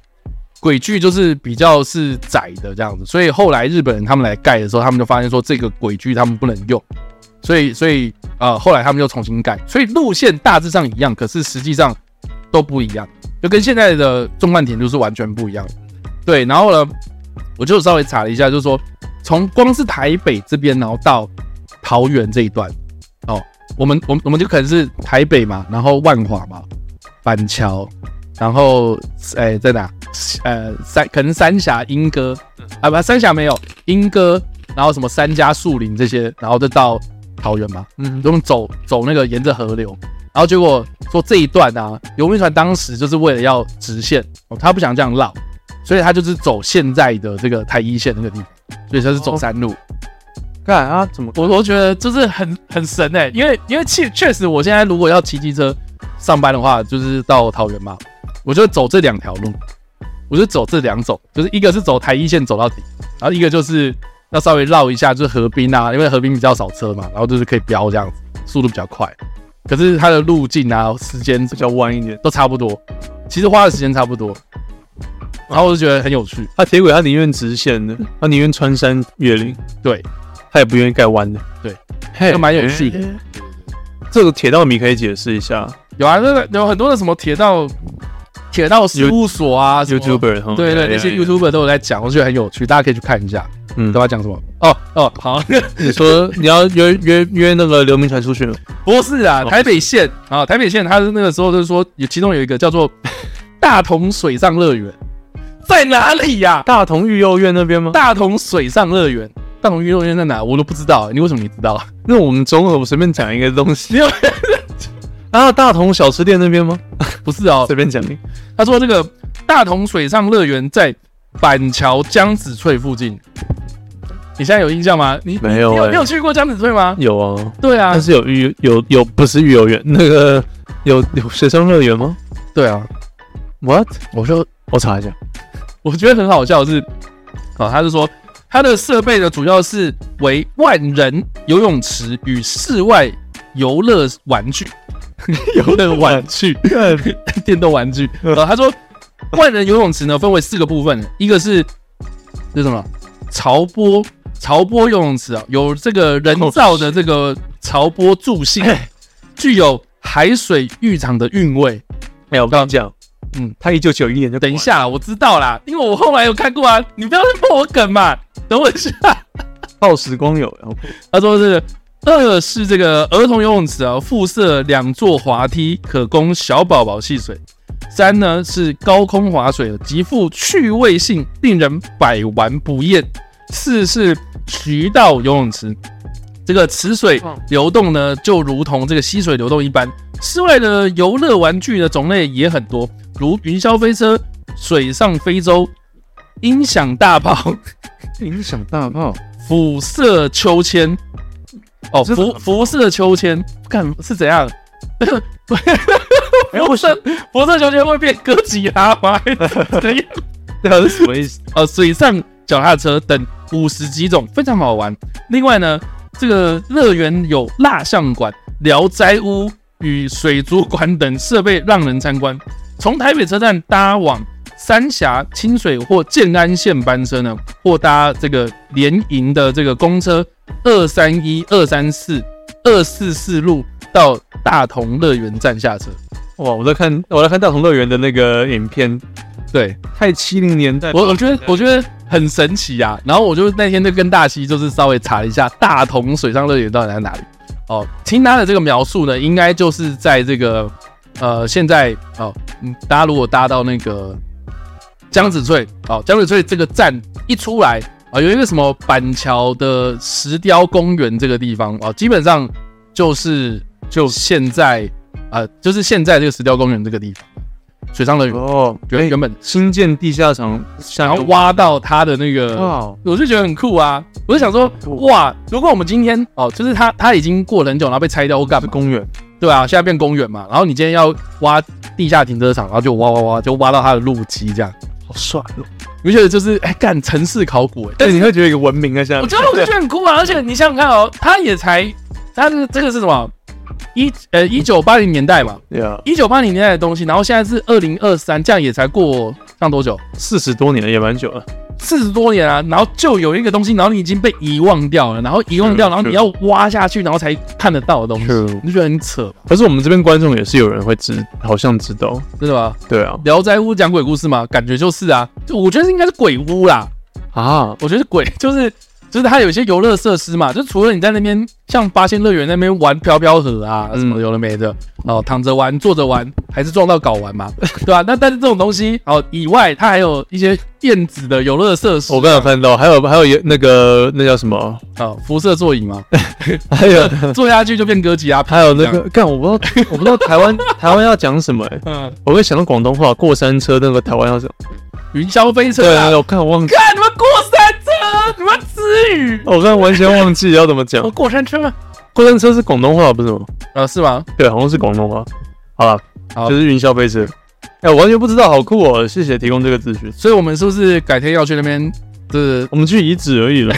Speaker 2: 轨距就是比较是窄的这样子，所以后来日本人他们来盖的时候，他们就发现说这个轨距他们不能用，所以所以呃后来他们就重新盖，所以路线大致上一样，可是实际上都不一样，就跟现在的纵贯铁路是完全不一样的。对，然后呢，我就稍微查了一下，就是说从光是台北这边，然后到桃园这一段，哦，我们我们我们就可能是台北嘛，然后万华嘛，板桥，然后哎、在哪？呃，三可能三峡、莺歌啊，不，三峡没有，莺歌，然后什么三家、树林这些，然后再到桃园嘛，
Speaker 3: 嗯，
Speaker 2: 我们走走那个沿着河流，然后结果说这一段啊，游民船当时就是为了要直线，哦，他不想这样绕，所以他就是走现在的这个台一线那个地方，所以他是走山路。
Speaker 3: 干啊，怎么
Speaker 2: 我我觉得就是很很神哎、因为因为确确实我现在如果要骑机车上班的话，就是到桃园嘛，我就走这两条路，我就走这两种，就是一个是走台一线走到底，然后一个就是要稍微绕一下，就是河滨啊，因为河滨比较少车嘛，然后就是可以飙这样子，速度比较快，可是它的路径啊、时间
Speaker 3: 比较弯一点？
Speaker 2: 都差不多，其实花的时间差不多，然后我就觉得很有趣，
Speaker 3: 他铁轨他宁愿直线的，他宁愿穿山越岭，
Speaker 2: 对，
Speaker 3: 他也不愿意盖弯的。
Speaker 2: 对，
Speaker 3: 嘿
Speaker 2: 就蛮有趣的。
Speaker 3: 这个铁道迷可以解释一下
Speaker 2: 有啊，那个有很多的什么铁道铁道事务所啊什么
Speaker 3: ，YouTuber 他们哎
Speaker 2: 对对，那些 YouTuber 都有在讲，我觉得很有趣，大家可以去看一下。
Speaker 3: 嗯
Speaker 2: 嗯，都要讲什么？哦哦，好，
Speaker 3: 你 说你要约约约那个刘明传出去吗？
Speaker 2: 不是啊，
Speaker 3: 哦
Speaker 2: 台北县啊，台北县，它是那个时候就是说，有其中有一个叫做大同水上乐园，在哪里呀、
Speaker 3: 大同育幼院那边吗？
Speaker 2: 大同水上乐园，大同娱乐园在哪？我都不知道，你为什么你知道？
Speaker 3: 那我们中和我随便讲一个东 西，啊，大同小吃店那边吗？
Speaker 2: 不是哦
Speaker 3: 随，便讲一个，
Speaker 2: 他说这个大同水上乐园在板桥江子翠附近，你现在有印象吗？你
Speaker 3: 没有
Speaker 2: 你有
Speaker 3: 欸
Speaker 2: 你有去过江子翠吗？
Speaker 3: 有啊，
Speaker 2: 对啊
Speaker 3: 但，是有育有有不是育幼院，那个有有水上乐园吗
Speaker 2: 对啊，
Speaker 3: ？What？
Speaker 2: 我说
Speaker 3: 我查一下。
Speaker 2: 我觉得很好笑的是，啊，他是说他的设备呢主要是为万人游泳池与室外游乐玩 具、游乐玩具、电动玩具。呃，他说万人游泳池呢分为四个部分，一个是这什么潮波潮波游泳池啊，有这个人造的这个潮波助兴，具有海水浴场的韵味。
Speaker 3: 没有，我跟你讲，
Speaker 2: 嗯，
Speaker 3: 他一九九一年就
Speaker 2: 等一，下啦，我知道啦，因为我后来有看过啊，你不要再破我梗嘛，等我一下。
Speaker 3: 到时光哦有，然后
Speaker 2: 他说是二是这个儿童游泳池啊，附设两座滑梯，可供小宝宝戏水。三呢是高空滑水，极富趣味性，令人百玩不厌。四是渠道游泳池，这个池水流动呢，就如同这个溪水流动一般。室外的游乐玩具的种类也很多，如云霄飞车、水上飞舟、音响大炮、
Speaker 3: 影响大 炮，
Speaker 2: 辐射秋千，哦，辐
Speaker 3: 这是什么
Speaker 2: 辐射秋千，看是怎样？
Speaker 3: 哎，我
Speaker 2: 辐射
Speaker 3: 是
Speaker 2: 辐射秋千会变哥吉拉吗？还是怎样？
Speaker 3: 对啊，这是什么意思？
Speaker 2: 呃，水上脚踏车等五十几种，非常好玩。另外呢，这个乐园有蜡像馆、聊斋屋与水族馆等设备让人参观。从台北车站搭往三峡、清水或建安线班车呢，或搭这个联营的这个公车二三一、二三四、二四四路到大同乐园站下车。
Speaker 3: 哇，我在看我在看大同乐园的那个影片，
Speaker 2: 对
Speaker 3: 太七零年代吧，
Speaker 2: 我，我觉得我觉得很神奇呀、然后我就那天就跟大西就是稍微查了一下大同水上乐园到底在哪里。哦，听他的这个描述呢，应该就是在这个呃，现在哦，嗯，大家如果搭到那个江子翠哦，江子翠这个站一出来啊、有一个什么板桥的石雕公园这个地方哦，基本上就是就现在呃，就是现在这个石雕公园这个地方，水上乐园
Speaker 3: 哦，
Speaker 2: 原原本
Speaker 3: 新建地下场，想
Speaker 2: 然后挖到它的那个
Speaker 3: 哇，
Speaker 2: 我就觉得很酷啊！我就想说，哇，如果我们今天哦，就是它它已经过了很久，然后被拆掉或干
Speaker 3: 是
Speaker 2: 嘛，
Speaker 3: 公园，
Speaker 2: 对啊，现在变公园嘛。然后你今天要挖地下停车场，然后就挖挖挖，就挖到它的路基这样，
Speaker 3: 好帅哦！
Speaker 2: 你不觉得就是哎干城市考古哎、
Speaker 3: 但你会觉得有个文明在下
Speaker 2: 我
Speaker 3: 面，
Speaker 2: 觉得我就觉得很酷啊！而且你想想看哦，它也才它这个这个是什么一呃一九八零年代嘛，
Speaker 3: 对啊，
Speaker 2: 一九八零年代的东西，然后现在是二零二三，这样也才过上多久？
Speaker 3: 四十多年了，也蛮久了，
Speaker 2: 四十多年啊，然后就有一个东西，然后你已经被遗忘掉了，然后遗忘掉，
Speaker 3: 是
Speaker 2: 然后你
Speaker 3: 是
Speaker 2: 要挖下去，然后才看得到的东西
Speaker 3: 是，
Speaker 2: 你就觉得很扯吧，
Speaker 3: 可是我们这边观众也是有人会知，好像知道，
Speaker 2: 真的吗？
Speaker 3: 对啊，
Speaker 2: 《聊斋屋》讲鬼故事嘛，感觉就是啊，就我觉得应该是鬼屋啦，
Speaker 3: 啊，
Speaker 2: 我觉得是鬼就是就是它有一些游乐设施嘛，就除了你在那边像八仙乐园那边玩飘飘盒啊
Speaker 3: 嗯
Speaker 2: 什么有的没的，哦躺着玩、坐着玩，还是撞到睾丸嘛，对吧、那但是这种东西哦以外，它还有一些电子的游乐设施
Speaker 3: 我，刚有看到，还有还有一那个那叫什么，
Speaker 2: 哦辐射座椅嘛，
Speaker 3: 还有
Speaker 2: 坐下去就变哥吉拉片
Speaker 3: 还有那个，干我不 知道，我不知道台湾台湾要讲什么、欸，
Speaker 2: 嗯，
Speaker 3: 我会想到广东话，过山车那个台湾要讲，
Speaker 2: 云霄飞车
Speaker 3: 对
Speaker 2: 啊
Speaker 3: 啊，！我看我忘记，哦
Speaker 2: 看你们过山车，你们词语，
Speaker 3: 我刚完全忘记要怎么讲
Speaker 2: 我，过山车吗？
Speaker 3: 过山车是广东话不是吗？
Speaker 2: 啊，是吗？
Speaker 3: 对，好像是广东话，好了，
Speaker 2: 好
Speaker 3: 就是云霄飞车，哎、我完全不知道，好酷哦、谢谢提供这个资讯。
Speaker 2: 所以我们是不是改天要去那边？就是
Speaker 3: 我们去遗址而已 了。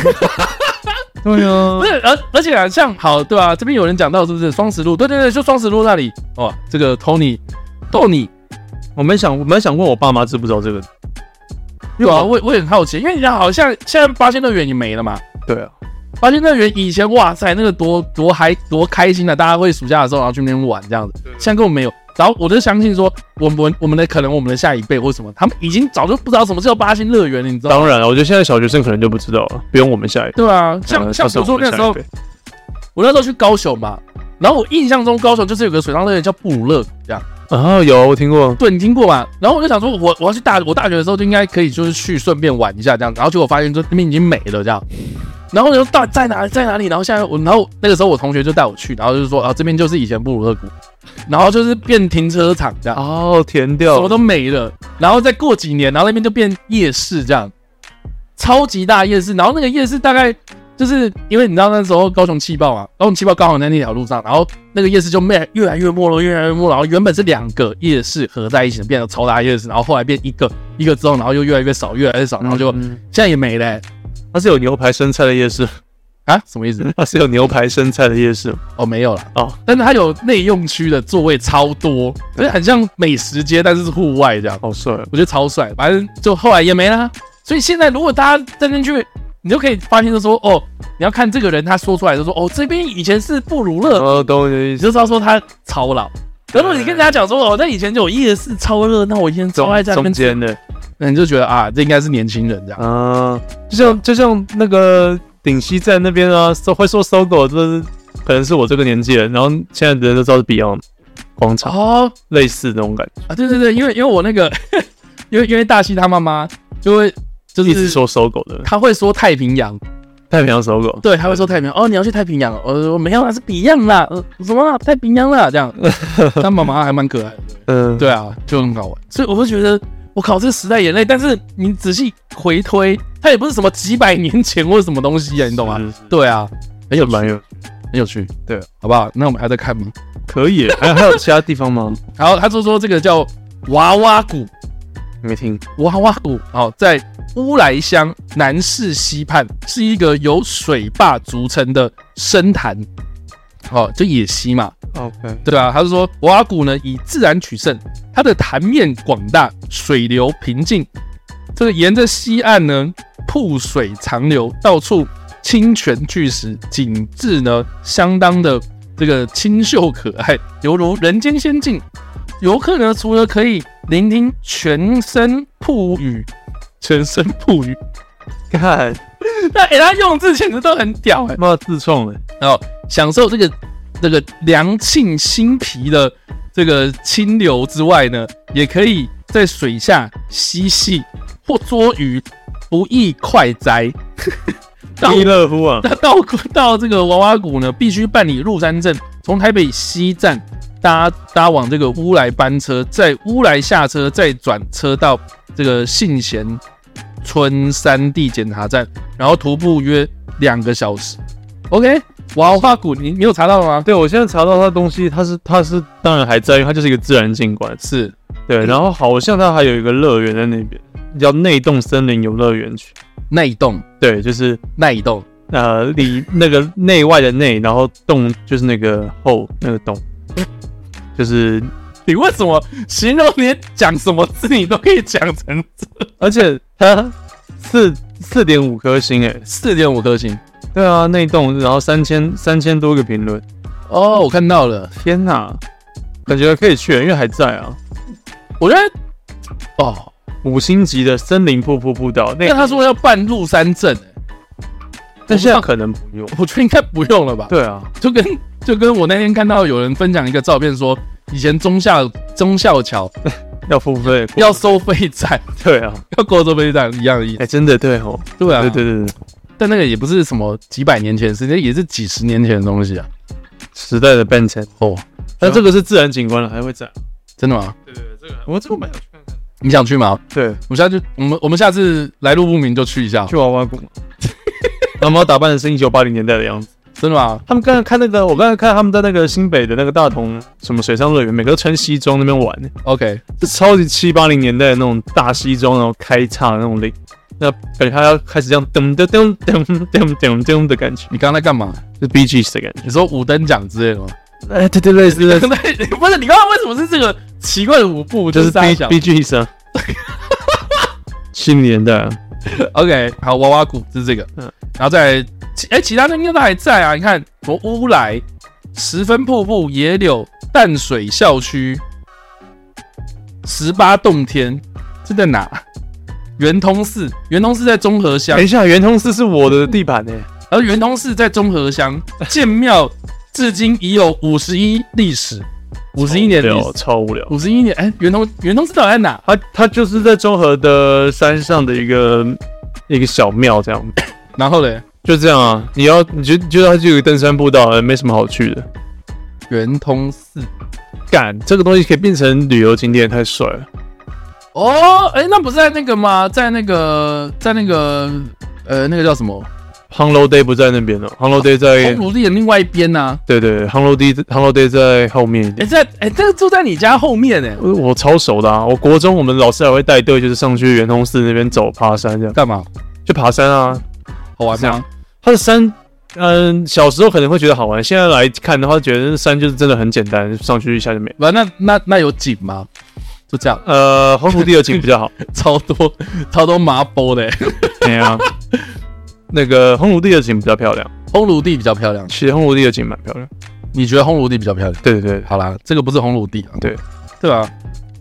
Speaker 3: 对啊
Speaker 2: 不，是？而而且啊，像好对吧、这边有人讲到是不是双十路？对对对，就双十路那里哦。这个 Tony Tony，
Speaker 3: 我没想，我没想过我爸妈知不知道这个。
Speaker 2: 对啊，我我也很好奇，因为你看，好像现在八仙乐园也没了嘛。
Speaker 3: 对啊，
Speaker 2: 八仙乐园以前哇塞，那个多多嗨多开心啊！大家会暑假的时候然后去那边玩这样子，现在根本没有。然后我就相信说，我们我们的可能我们的下一辈或什么，他们已经早就不知道什么叫八仙乐园了，你知道吗？
Speaker 3: 当然了，我觉得现在小学生可能就不知道了，不用我们下一代。
Speaker 2: 对啊，像
Speaker 3: 呃
Speaker 2: 像
Speaker 3: 小
Speaker 2: 我
Speaker 3: 时
Speaker 2: 说
Speaker 3: 候我们
Speaker 2: 那时候
Speaker 3: 下一，辈
Speaker 2: 我那时候去高雄嘛，然后我印象中高雄就是有个水上乐园叫布鲁勒，这样
Speaker 3: 啊，有我听过，
Speaker 2: 对你听过吗？然后我就想说我我要去大我大学的时候就应该可以就是去顺便玩一下这样，然后结果发现这那边已经没了这样，然后我就说到底在哪里在哪里？然后现在我然后那个时候我同学就带我去，然后就是说啊这边就是以前布鲁勒谷，然后就是变停车场这样，
Speaker 3: 哦，填
Speaker 2: 什
Speaker 3: 掉
Speaker 2: 么，都没了，然后再过几年，然后那边就变夜市这样，超级大夜市，然后那个夜市大概就是因为你知道那时候高雄气爆嘛，高雄气爆刚好在那条路上，然后那个夜市就越越来越没落，越来越没落，然后原本是两个夜市合在一起的，变成超大夜市，然后后来变一个一个之后，然后又越来越少，越来越少，然后就、
Speaker 3: 嗯
Speaker 2: 现在也没了欸、
Speaker 3: 它是有牛排生菜的夜市，
Speaker 2: 啊，什么意思？
Speaker 3: 它是有牛排生菜的夜市
Speaker 2: 哦，没有了。
Speaker 3: 哦。
Speaker 2: 但是它有内用区的座位超多，就是很像美食街，但是是户外这样。
Speaker 3: 好帅哦，
Speaker 2: 我觉得超帅，反正就后来也没啦。所以现在如果大家站进去，你就可以发现就说哦，你要看这个人他说出来就说哦，这边以前是布鲁勒，
Speaker 3: 哦，懂我的意
Speaker 2: 呃你
Speaker 3: 思。
Speaker 2: 就知道说他超老。然后你跟人家讲说哦，那以前就有夜市超热闹，我以前超爱在
Speaker 3: 中
Speaker 2: 那
Speaker 3: 中
Speaker 2: 边吃，
Speaker 3: 间的
Speaker 2: 那你就觉得啊，这应该是年轻人这样。
Speaker 3: 啊，就像就像那个顶溪站那边啊，搜会说搜狗，这是可能是我这个年纪人，然后现在的人都知道是 Beyond 广场，
Speaker 2: 哦
Speaker 3: 类似那种感觉，
Speaker 2: 啊，对对对，因为因为我那个， 因为因为大西他妈妈就会就
Speaker 3: 一直
Speaker 2: 是
Speaker 3: 说搜狗的
Speaker 2: 他会说太平洋，
Speaker 3: 太平洋搜狗，
Speaker 2: 对，他会说太平洋。哦，你要去太平洋哦？我说没有啦，是 Beyond 啦，呃什么啦太平洋啦，这样。他妈妈还蛮可爱的，
Speaker 3: 嗯，
Speaker 2: 对啊，就很好玩。所以我会觉得，我靠，这个时代眼泪。但是你仔细回推，它也不是什么几百年前或者什么东西啊，你懂吗？
Speaker 3: 是，
Speaker 2: 对啊，很有
Speaker 3: 是蛮
Speaker 2: 趣，
Speaker 3: 有
Speaker 2: 很有趣，
Speaker 3: 对，
Speaker 2: 好不好？那我们还在看吗？
Speaker 3: 可以。 还有还有其他地方吗？
Speaker 2: 然后他就说这个叫娃娃谷，
Speaker 3: 没听。
Speaker 2: 娃娃谷，好、在乌来乡南势溪畔，是一个由水坝组成的深潭，哦，就野溪嘛，
Speaker 3: OK，
Speaker 2: 对啊，他是说瓦古呢以自然取胜，它的潭面广大，水流平静，这个沿着西岸呢瀑水长流，到处清泉巨石，景致呢相当的这个清秀可爱，犹如人间仙境。游客呢除了可以聆听全声瀑雨，全声瀑雨，
Speaker 3: 看，
Speaker 2: 那诶、他用字简直都很屌欸诶、
Speaker 3: 妈自创了，
Speaker 2: 然后享受这个这个凉沁心脾的这个清流之外呢，也可以在水下嬉戏或捉鱼，不亦快哉？ 到
Speaker 3: 弥勒夫啊，
Speaker 2: 那到到这个娃娃谷呢，必须办理入山证，从台北西站搭搭往这个乌来班车，在乌来下车，再转车到这个信贤村山地检查站，然后徒步约两个小时。OK，娃娃谷你你有查到吗？
Speaker 3: 对我现在查到他的东西，他是他是当然还在，因为它就是一个自然景观，
Speaker 2: 是
Speaker 3: 对，然后好像它还有一个乐园在那边，叫内洞森林游乐园区，
Speaker 2: 那一栋
Speaker 3: 对，就是
Speaker 2: 那一栋，
Speaker 3: 呃里那个内外的内，然后洞就是那个后那个洞，就是
Speaker 2: 你为什么形容你讲什么字你都可以讲成
Speaker 3: 而且它四四点五颗星诶、
Speaker 2: 四点五颗星？
Speaker 3: 对啊，内洞，然后三千三千多个评论，
Speaker 2: 哦，我看到了，
Speaker 3: 天哪，感觉可以去，因为还在啊。
Speaker 2: 我觉得哦，
Speaker 3: 五星级的森林瀑布步道，那
Speaker 2: 但他说要办入山证、欸，
Speaker 3: 但现在可能不用。
Speaker 2: 我觉得应该不用了吧？
Speaker 3: 对啊，
Speaker 2: 就跟就跟我那天看到有人分享一个照片说，以前中校中校桥
Speaker 3: 要付费，
Speaker 2: 要收费站，
Speaker 3: 对啊，
Speaker 2: 要过收费站一样的意
Speaker 3: 哎、
Speaker 2: 思。
Speaker 3: 真的对哦，
Speaker 2: 对啊，
Speaker 3: 对对对对，
Speaker 2: 但那个也不是什么几百年前的事，那也是几十年前的东西啊。
Speaker 3: 时代的变迁。
Speaker 2: 哦，
Speaker 3: 但这个是自然景观了，还会在。
Speaker 2: 真的吗？
Speaker 3: 对对对，这个我这个蛮想去看看。
Speaker 2: 你想去吗？
Speaker 3: 对，
Speaker 2: 我们下次我们我们下次来路不明就去一下，
Speaker 3: 去娃娃谷嘛。然后把我打扮的是一九八零年代的样子。
Speaker 2: 真的吗？
Speaker 3: 他们刚才看那个，我刚才看他们在那个新北的那个大同什么水上乐园，每个都穿西装那边玩、
Speaker 2: OK，
Speaker 3: 是超级七八零年代的那种大西装，然后开叉的那种领，那感觉他要开始这样噔噔噔噔噔噔噔的感觉，
Speaker 2: 你刚刚在干嘛？
Speaker 3: 就是 B G S 的感觉。
Speaker 2: 你说五等奖之类的吗？
Speaker 3: 哎，对对类似类 似，
Speaker 2: 不是，你刚刚为什么是这个奇怪的舞步？
Speaker 3: 就是 B
Speaker 2: 想
Speaker 3: B G S 啊。七零年代啊，
Speaker 2: OK，好，娃娃谷是这个，嗯
Speaker 3: 嗯，
Speaker 2: 然后再来其哎、其他的应该都还在啊。你看，什么乌来、十分瀑布、野柳、淡水校区、十八洞天，这在哪？圆通寺，圆通寺在中和乡
Speaker 3: 等一，下，圆通寺是我的地盘呢、欸
Speaker 2: 而圆通寺在中和乡，建庙至今已有五十一历史，五十一年历
Speaker 3: 聊，
Speaker 2: 史，
Speaker 3: 哦超无聊。
Speaker 2: 五十一年。哎、圆通圆通寺到底在哪？
Speaker 3: 它它就是在中和的山上的一个一个小庙，这样
Speaker 2: 然后嘞，
Speaker 3: 就这样啊。你要你觉觉得它就有个登山步道，呃没什么好去的。
Speaker 2: 圆通寺。
Speaker 3: 干，这个东西可以变成旅游景点，太帅了。
Speaker 2: 哦，哎、那不是在那个吗？在那个，在那个，呃，那个叫什么？
Speaker 3: 航楼 day 不在那边哦，航楼 day 在
Speaker 2: 红炉地的另外一边呢、啊？
Speaker 3: 对对，航楼 day 航楼 day 在后面一
Speaker 2: 哎、
Speaker 3: 点。
Speaker 2: 在哎、这个住在你家后面呢、
Speaker 3: 我我超熟的啊！我国中我们老师还会带队，就是上去圆通寺那边走爬山，这样
Speaker 2: 干嘛？
Speaker 3: 去爬山啊。
Speaker 2: 好玩
Speaker 3: 这
Speaker 2: 吗
Speaker 3: 样？它的山，嗯，小时候可能会觉得好玩，现在来看的话，觉得山就是真的很简单，上去一下就没。
Speaker 2: 完，那那那有景吗？就这样，
Speaker 3: 呃，红土地有景比较 好。
Speaker 2: 超多超多麻波的、欸。
Speaker 3: 对啊，那个红土地的景比较漂亮，
Speaker 2: 烘炉地比较漂亮，
Speaker 3: 其实红土地的景蛮漂亮。
Speaker 2: 你觉得烘炉地比较漂亮？
Speaker 3: 对对对，
Speaker 2: 好啦，这个不是烘炉地啊，
Speaker 3: 对
Speaker 2: 对吧、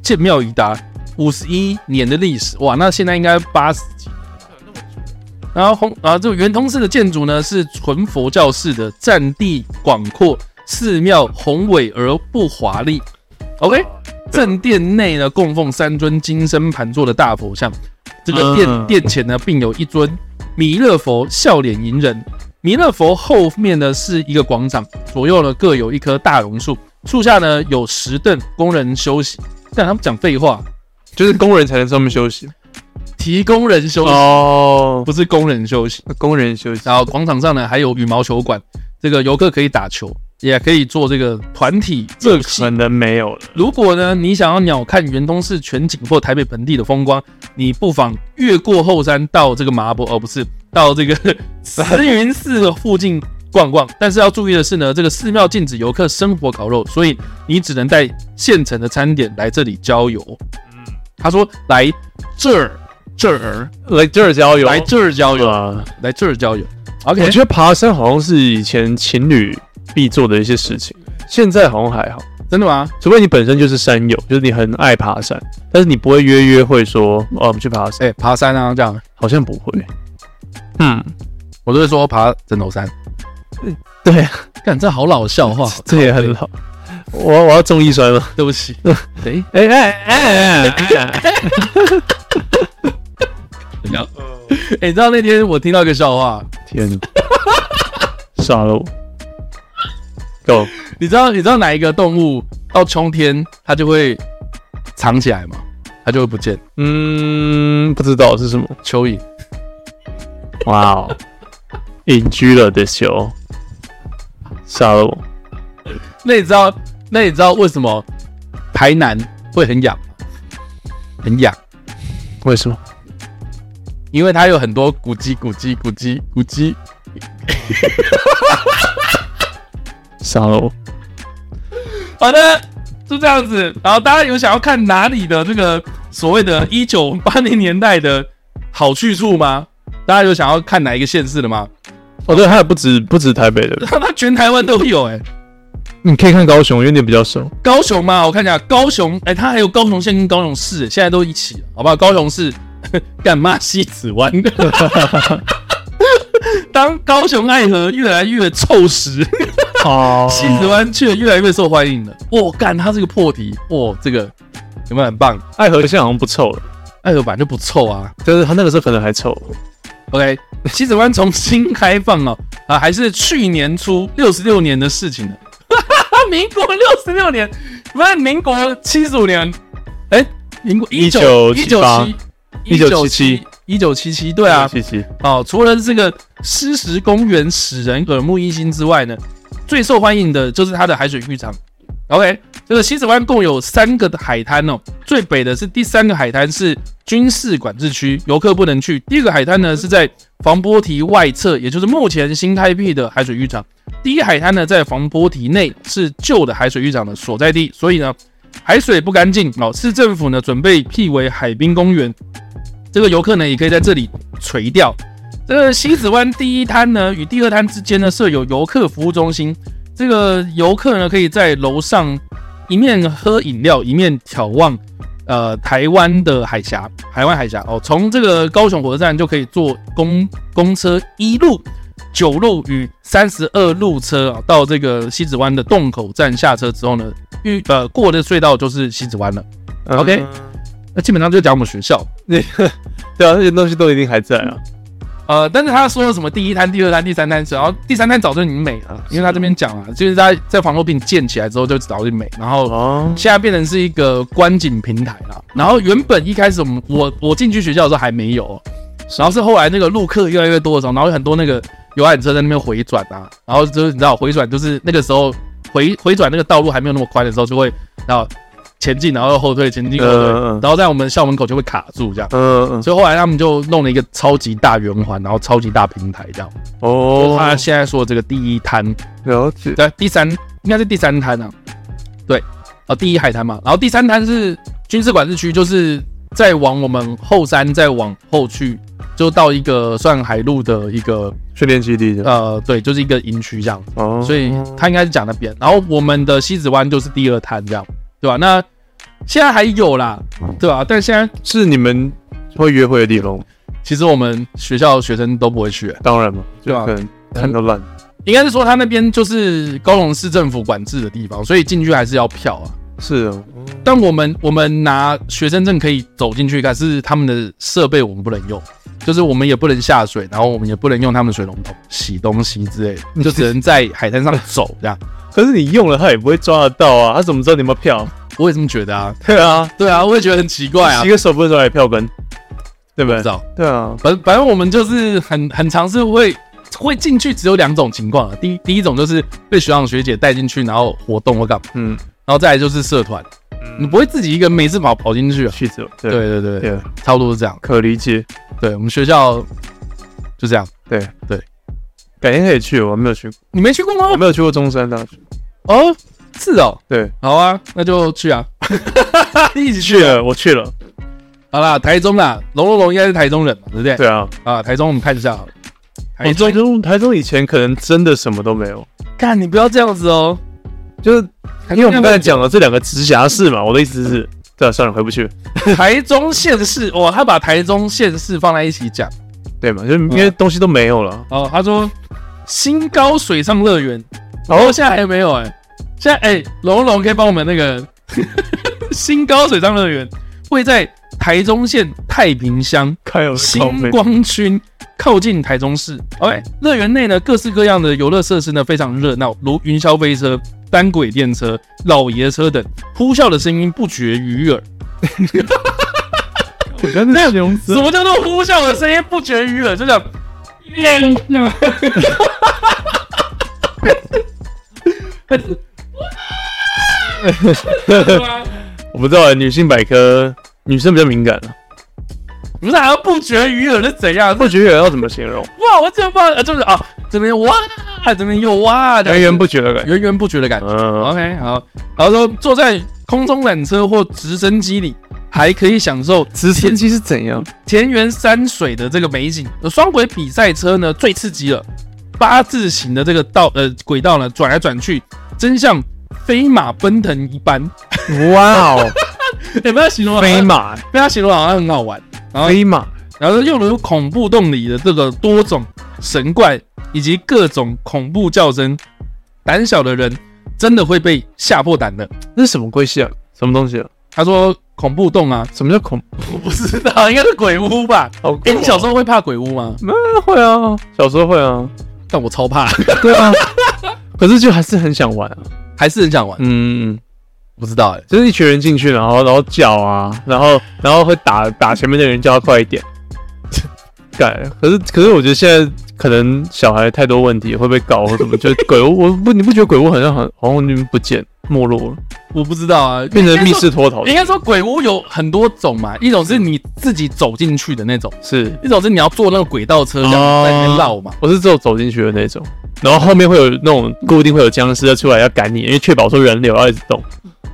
Speaker 2: 建庙一达五十一年的历史，哇，那现在应该八十几年了吧。然后红啊，这个圆通寺的建筑呢是纯佛教式的，占地广阔，寺庙宏伟而不华丽。OK，正
Speaker 3: 哦
Speaker 2: 殿内呢供奉三尊金身盘坐的大佛像，这个殿、
Speaker 3: 嗯
Speaker 2: 殿前呢并有一尊弥勒佛笑脸迎人。弥勒佛后面呢是一个广场，左右呢各有一棵大榕树，树下呢有石凳供人休息。但他们讲废话，
Speaker 3: 就是工人才能上面休息。
Speaker 2: 提供人休息，
Speaker 3: 哦
Speaker 2: 不，是工人休息。
Speaker 3: 工人休息。
Speaker 2: 然后广场上呢还有羽毛球馆，这个游客可以打球，也可以做这个团体
Speaker 3: 这
Speaker 2: 游戏
Speaker 3: 可能没有了。
Speaker 2: 如果呢，你想要鸟看圆通市全景或台北盆地的风光，你不妨哦 越过后山到这个麻坡，而、不是到这个慈云寺附近逛逛。但是要注意的是呢，这个寺庙禁止游客生火烤肉，所以你只能带现成的餐点来这里郊游。
Speaker 3: 嗯
Speaker 2: 他说来这儿这儿
Speaker 3: 来这儿郊游，
Speaker 2: 来这儿郊游，
Speaker 3: 啊！
Speaker 2: 来这儿郊游。
Speaker 3: 我
Speaker 2: OK，
Speaker 3: 觉得爬山好像是以前情侣必做的一些事情，现在好像还好，
Speaker 2: 真的吗？
Speaker 3: 除非你本身就是山友，就是你很爱爬山，但是你不会约约会说哦，我们去爬山，
Speaker 2: 哎、爬山啊这样，
Speaker 3: 好像不会。嗯，
Speaker 2: 我都会说爬枕头山。
Speaker 3: 对啊，
Speaker 2: 干， 这好老笑话，
Speaker 3: 这也很老。我我要中医摔吗？
Speaker 2: 对不起。对，
Speaker 3: 哎哎哎哎哎！
Speaker 2: 哎、你知道那天我听到一个笑话，
Speaker 3: 天哪，杀了我！Go，
Speaker 2: 你知道你知道哪一个动物到秋天它就会藏起来吗？它就会不见
Speaker 3: 嗯，不知道是什么。
Speaker 2: 蚯蚓。
Speaker 3: 哇哦，隐居了的球，杀了我！
Speaker 2: 那你知道那你知道为什么台南会很痒吗？很痒，
Speaker 3: 为什么？
Speaker 2: 因为它有很多古迹古迹古迹古迹。
Speaker 3: 杀了我！
Speaker 2: 好的，就这样子。然后大家有想要看哪里的这个所谓的一九八零年代的好去处吗？大家有想要看哪一个县市的吗？
Speaker 3: 哦，对，还有不止不止台北的，
Speaker 2: 它全台湾都有哎、
Speaker 3: 你可以看高雄，因为你比较熟。
Speaker 2: 高雄嘛，我看一下高雄，哎、它还有高雄县跟高雄市、欸现在都一起，好不好？高雄市 干嘛西子湾？ 当高雄爱河越来越臭时，
Speaker 3: 哦，
Speaker 2: 西子湾却越来越受欢迎了。哇，干，它这个破题，哇，这个有没有很棒？
Speaker 3: 爱河现在好像不臭了，
Speaker 2: 爱河版就不臭啊。
Speaker 3: 但是他那个时候可能还臭。
Speaker 2: OK，西 子湾重新开放哦，啊，还是去年初六十六年的事情了， 民国六十六年，不是民国七十五年，哎、民国一九一九
Speaker 3: 1978
Speaker 2: 七一九七七，对啊，
Speaker 3: 嘻嘻。
Speaker 2: 哦，除了这个湿石公园使人耳目一新之外呢，最受欢迎的就是它的海水浴场。OK，这个西子湾共有三个的海滩哦，最北的是第三个海滩是军事管制区，游客不能去。第二个海滩呢是在防波堤外侧，也就是目前新开辟的海水浴场。第一海滩呢在防波堤内，是旧的海水浴场的所在地，所以呢海水不干净哦。市政府呢准备辟为海滨公园，这个游客呢也可以在这里垂钓。这个西子湾第一滩呢与第二滩之间呢设有游客服务中心，这个游客呢可以在楼上一面喝饮料，一面眺望呃台湾的海峡，台湾海峡哦，从这个高雄火车站就可以坐公公车一路。九路与三十二路车啊，到这个西子湾的洞口站下车之后呢，遇呃过的隧道就是西子湾了。OK
Speaker 3: 嗯
Speaker 2: 那基本上就讲我们学校，
Speaker 3: 那个对啊，那些东西都一定还在啊。
Speaker 2: 呃，但是他说什么第一滩、第二滩、第三滩，然后第三滩早就已经没了，因为他这边讲了，就是在在防漏病建起来之后就早就没，然后
Speaker 3: 嗯哦，
Speaker 2: 现在变成是一个观景平台了。然后原本一开始我们我我进去学校的时候还没有，哦然后是后来那个陆客越来越多的时候，然后有很多那个游览车在那边回转啊，然后就是你知道回转就是那个时候回回转那个道路还没有那么宽的时候，就会然后前进然后又后退前进后退，
Speaker 3: 嗯嗯嗯
Speaker 2: 然后在我们校门口就会卡住这样。
Speaker 3: 嗯嗯，
Speaker 2: 所以后来他们就弄了一个超级大圆环，然后超级大平台这样。
Speaker 3: 哦
Speaker 2: 哦，，他现在说的这个第一滩，
Speaker 3: 了解。
Speaker 2: 对，第三应该是第三滩啊，对，哦，第一海滩嘛，然后第三滩是军事管制区，就是再往我们后山再往后去，就到一个算海路的一个
Speaker 3: 训练基地的
Speaker 2: 呃，对，就是一个营区这样。
Speaker 3: 哦，
Speaker 2: 所以他应该是讲那边。然后我们的西子湾就是第二滩这样，对吧、那现在还有啦，对吧、但现在
Speaker 3: 是你们会约会的地方，
Speaker 2: 其实我们学校学生都不会去、欸
Speaker 3: 当然嘛，
Speaker 2: 对啊
Speaker 3: 可能看到烂。
Speaker 2: 应该是说他那边就是高雄市政府管制的地方，所以进去还是要票啊。
Speaker 3: 是啊，
Speaker 2: 但我们我们拿学生证可以走进去，但是他们的设备我们不能用，就是我们也不能下水，然后我们也不能用他们的水龙头洗东西之类的，就只能在海滩上走这样。
Speaker 3: 可是你用了，他也不会抓得到啊，他怎么知道你有没有票？
Speaker 2: 我也这么觉得啊，
Speaker 3: 对啊，
Speaker 2: 对啊，我也觉得很奇怪啊
Speaker 3: 洗，个手不会抓你票根，对不
Speaker 2: 不
Speaker 3: 对
Speaker 2: 知？道。
Speaker 3: 对啊，
Speaker 2: 反反正我们就是很很尝试会会进去，只有两种情况啊。第一第一种就是被学长学姐带进去，然后活动或干嘛，
Speaker 3: 嗯，
Speaker 2: 然后再来就是社团，你不会自己一个没事跑跑进去啊。
Speaker 3: 去走，嗯对哦对
Speaker 2: 对对对，
Speaker 3: 对，
Speaker 2: 差不多是这样。
Speaker 3: 可理解。
Speaker 2: 对我们学校就这样。
Speaker 3: 对
Speaker 2: 对，
Speaker 3: 改天可以去，我没有去过，
Speaker 2: 你没去过
Speaker 3: 我
Speaker 2: 吗？
Speaker 3: 没有去过中山啊大学。
Speaker 2: 哦，是哦，
Speaker 3: 对，
Speaker 2: 好啊，那就去 啊，一起
Speaker 3: 去
Speaker 2: 去。
Speaker 3: 了，我去了。
Speaker 2: 好啦，台中啦，龙龙龙应该是台中人嘛，对不对？
Speaker 3: 对啊，
Speaker 2: 啊，台中我们看一下好了。台
Speaker 3: 台
Speaker 2: 中，
Speaker 3: 中台中以前可能真的什么都没有，
Speaker 2: 干你不要这样子哦，
Speaker 3: 就是因为我们刚才
Speaker 2: 在
Speaker 3: 讲了这两个直辖市嘛，我的意思是，对啊，算了，回不去，
Speaker 2: 台中县市，哇，他把台中县市放在一起讲。
Speaker 3: 对嘛，就是因为东西都没有了。
Speaker 2: 哦，他说新高水上乐园，然后现在还没有哎、现在哎，龙龙可以帮我们那个新高水上乐园会在台中县太平乡
Speaker 3: 看有靠
Speaker 2: 星
Speaker 3: 背
Speaker 2: 光区，靠近台中市。OK，乐园内呢，各式各样的游乐设施呢非常热闹，如云霄飞车、单轨电车、老爷车等，呼啸的声音不绝于耳。
Speaker 3: 我觉得形容词
Speaker 2: 什么叫做呼啸的声音不绝于耳？就讲，
Speaker 3: 我不知道，女性百科女生比较敏感啊
Speaker 2: 不是还要不绝于耳是怎样？
Speaker 3: 不觉得要怎么形 容？
Speaker 2: 哇，我怎么办？呃，就是啊，这边哇，这边又哇，这样
Speaker 3: 源源不绝的感觉。
Speaker 2: 源源不绝的感觉。
Speaker 3: 嗯，
Speaker 2: OK，好，然后说坐在空中缆车或直升机里，还可以享受
Speaker 3: 直升机是怎 样？
Speaker 2: 田园山水的这个美景。呃双轨比赛车呢最刺激了，八字形的这个道呃轨道呢转来转去，真像飞马奔腾一 般。
Speaker 3: 哇 哦，
Speaker 2: 有没有形容啊？
Speaker 3: 飞马，
Speaker 2: 被他形容好像很好玩。然后
Speaker 3: 飞马，
Speaker 2: 然后又如恐怖洞里的这个多种神怪以及各种恐怖叫声，胆小的人真的会被吓破胆的。
Speaker 3: 那是什么关系啊？什么东西啊？
Speaker 2: 他说恐怖洞啊，
Speaker 3: 什么叫恐？
Speaker 2: 我不知道，应该是鬼屋吧？
Speaker 3: 好
Speaker 2: 哎、你小时候会怕鬼屋吗？
Speaker 3: 候会啊，小时候会啊，
Speaker 2: 但我超怕，
Speaker 3: 对啊。 可是就还是很想玩啊。
Speaker 2: 还是很想玩。
Speaker 3: 嗯，
Speaker 2: 不知道哎、
Speaker 3: 就是一群人进去，然后然后叫啊，然后然后会打打前面的人，叫他快一点。 改，可是可是我觉得现在可能小孩太多问题，会被搞或怎么？就鬼屋，我 不你不觉得鬼屋好像很好像已经不见没落了，
Speaker 2: 我不知道啊，
Speaker 3: 变成
Speaker 2: 应该
Speaker 3: 密
Speaker 2: 说。
Speaker 3: 室 脱逃
Speaker 2: 应该说鬼屋有很多种嘛，一种是你自己走进去的那种，
Speaker 3: 是。
Speaker 2: 一种是你要坐那个轨道车这样在那边绕嘛。
Speaker 3: 我是只有走进去的那种，然后后面会有那种固定会有僵尸要出来要赶你，因为确保说人流要一直动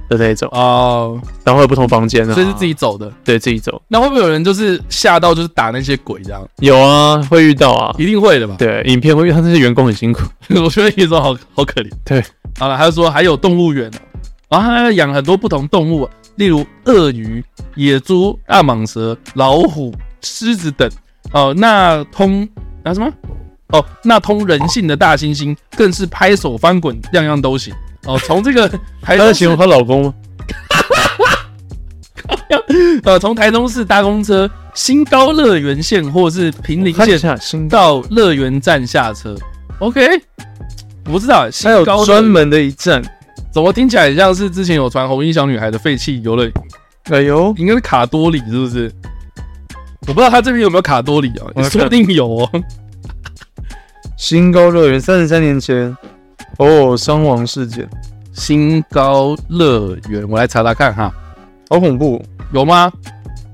Speaker 3: 的那种，
Speaker 2: 哦，
Speaker 3: 然后会有不同房间啊，
Speaker 2: 所以是自己走的。
Speaker 3: 对自己走，
Speaker 2: 那会不会有人就是吓到就是打那些鬼这样？
Speaker 3: 有啊，会遇到啊，
Speaker 2: 一定会的吧？
Speaker 3: 对，影片会遇到，那些员工很辛苦，
Speaker 2: 我觉得野兽好好可怜。
Speaker 3: 对，
Speaker 2: 好了，还有说还有动物园哦，然后他还养很多不同动物，例如鳄鱼、野猪、大蟒蛇、老虎、狮子等。哦，那通那什么？哦，那通人性的大猩猩更是拍手翻滚，样样都行。 哦，从这个台
Speaker 3: 她
Speaker 2: 中
Speaker 3: 在形
Speaker 2: 市
Speaker 3: 容她老公吗？
Speaker 2: 呃，从台中市搭公车新高乐园线或是平林
Speaker 3: 看一
Speaker 2: 线
Speaker 3: 下新大，
Speaker 2: 到乐园站下车。OK，我不知道新
Speaker 3: 它有
Speaker 2: 高乐
Speaker 3: 专门的一站。
Speaker 2: 怎么听起来很像是之前有传红衣小女孩的废弃游乐园，
Speaker 3: 哎呦，
Speaker 2: 应该是卡多里是不是？我不知道他这边有没有卡多里啊，
Speaker 3: 我来看
Speaker 2: 说不定有哦。
Speaker 3: 新高乐园三十三年前，哦，伤亡事件，
Speaker 2: 新高乐园，我来查查看哈，
Speaker 3: 好恐怖。
Speaker 2: 有吗？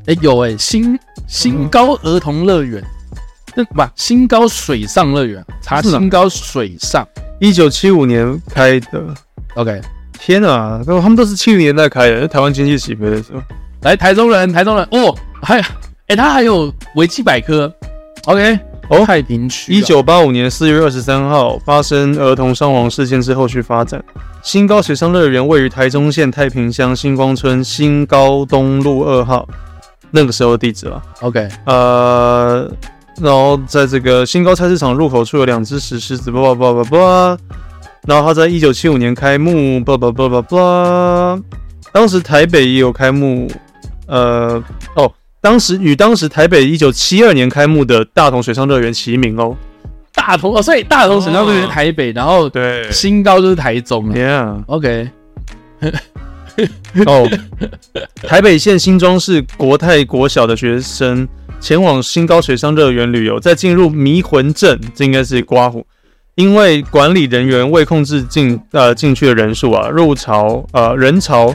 Speaker 2: 哎、有哎、新新高儿童乐园，那不新高水上乐园，查
Speaker 3: 是哪
Speaker 2: 新高水上。
Speaker 3: 一九七五年开的，
Speaker 2: OK，
Speaker 3: 天啊，都他们都是七零年代开的，台湾经济起飞的时候。
Speaker 2: 来台中人，台中人哦，还哎、他还有维基百科，OK，
Speaker 3: 哦
Speaker 2: 太平区啊
Speaker 3: 一九八五年四月二十三号发生儿童伤亡事件之后续发展。新高水上乐园位于台中县太平乡新光村新高东路二号，那个时候的地址了。啊
Speaker 2: OK，
Speaker 3: 呃，然后在这个新高菜市场入口处有两只石狮子，叭叭叭叭叭。然后它在一九七五年开幕，叭叭叭叭叭。当时台北也有开幕，呃，哦，当时与当时台北一九七二年开幕的大同水上乐园齐名哦。
Speaker 2: 大同哦，所以大同水上乐园是台北，然后
Speaker 3: 对
Speaker 2: 新高就是台中啊。
Speaker 3: ，Yeah，
Speaker 2: OK，
Speaker 3: 哦，台北县新庄市国泰国小的学生前往新高水上乐园旅游，在进入迷魂镇，这应该是刮胡，因为管理人员为控制进呃进去的人数啊，入潮呃人潮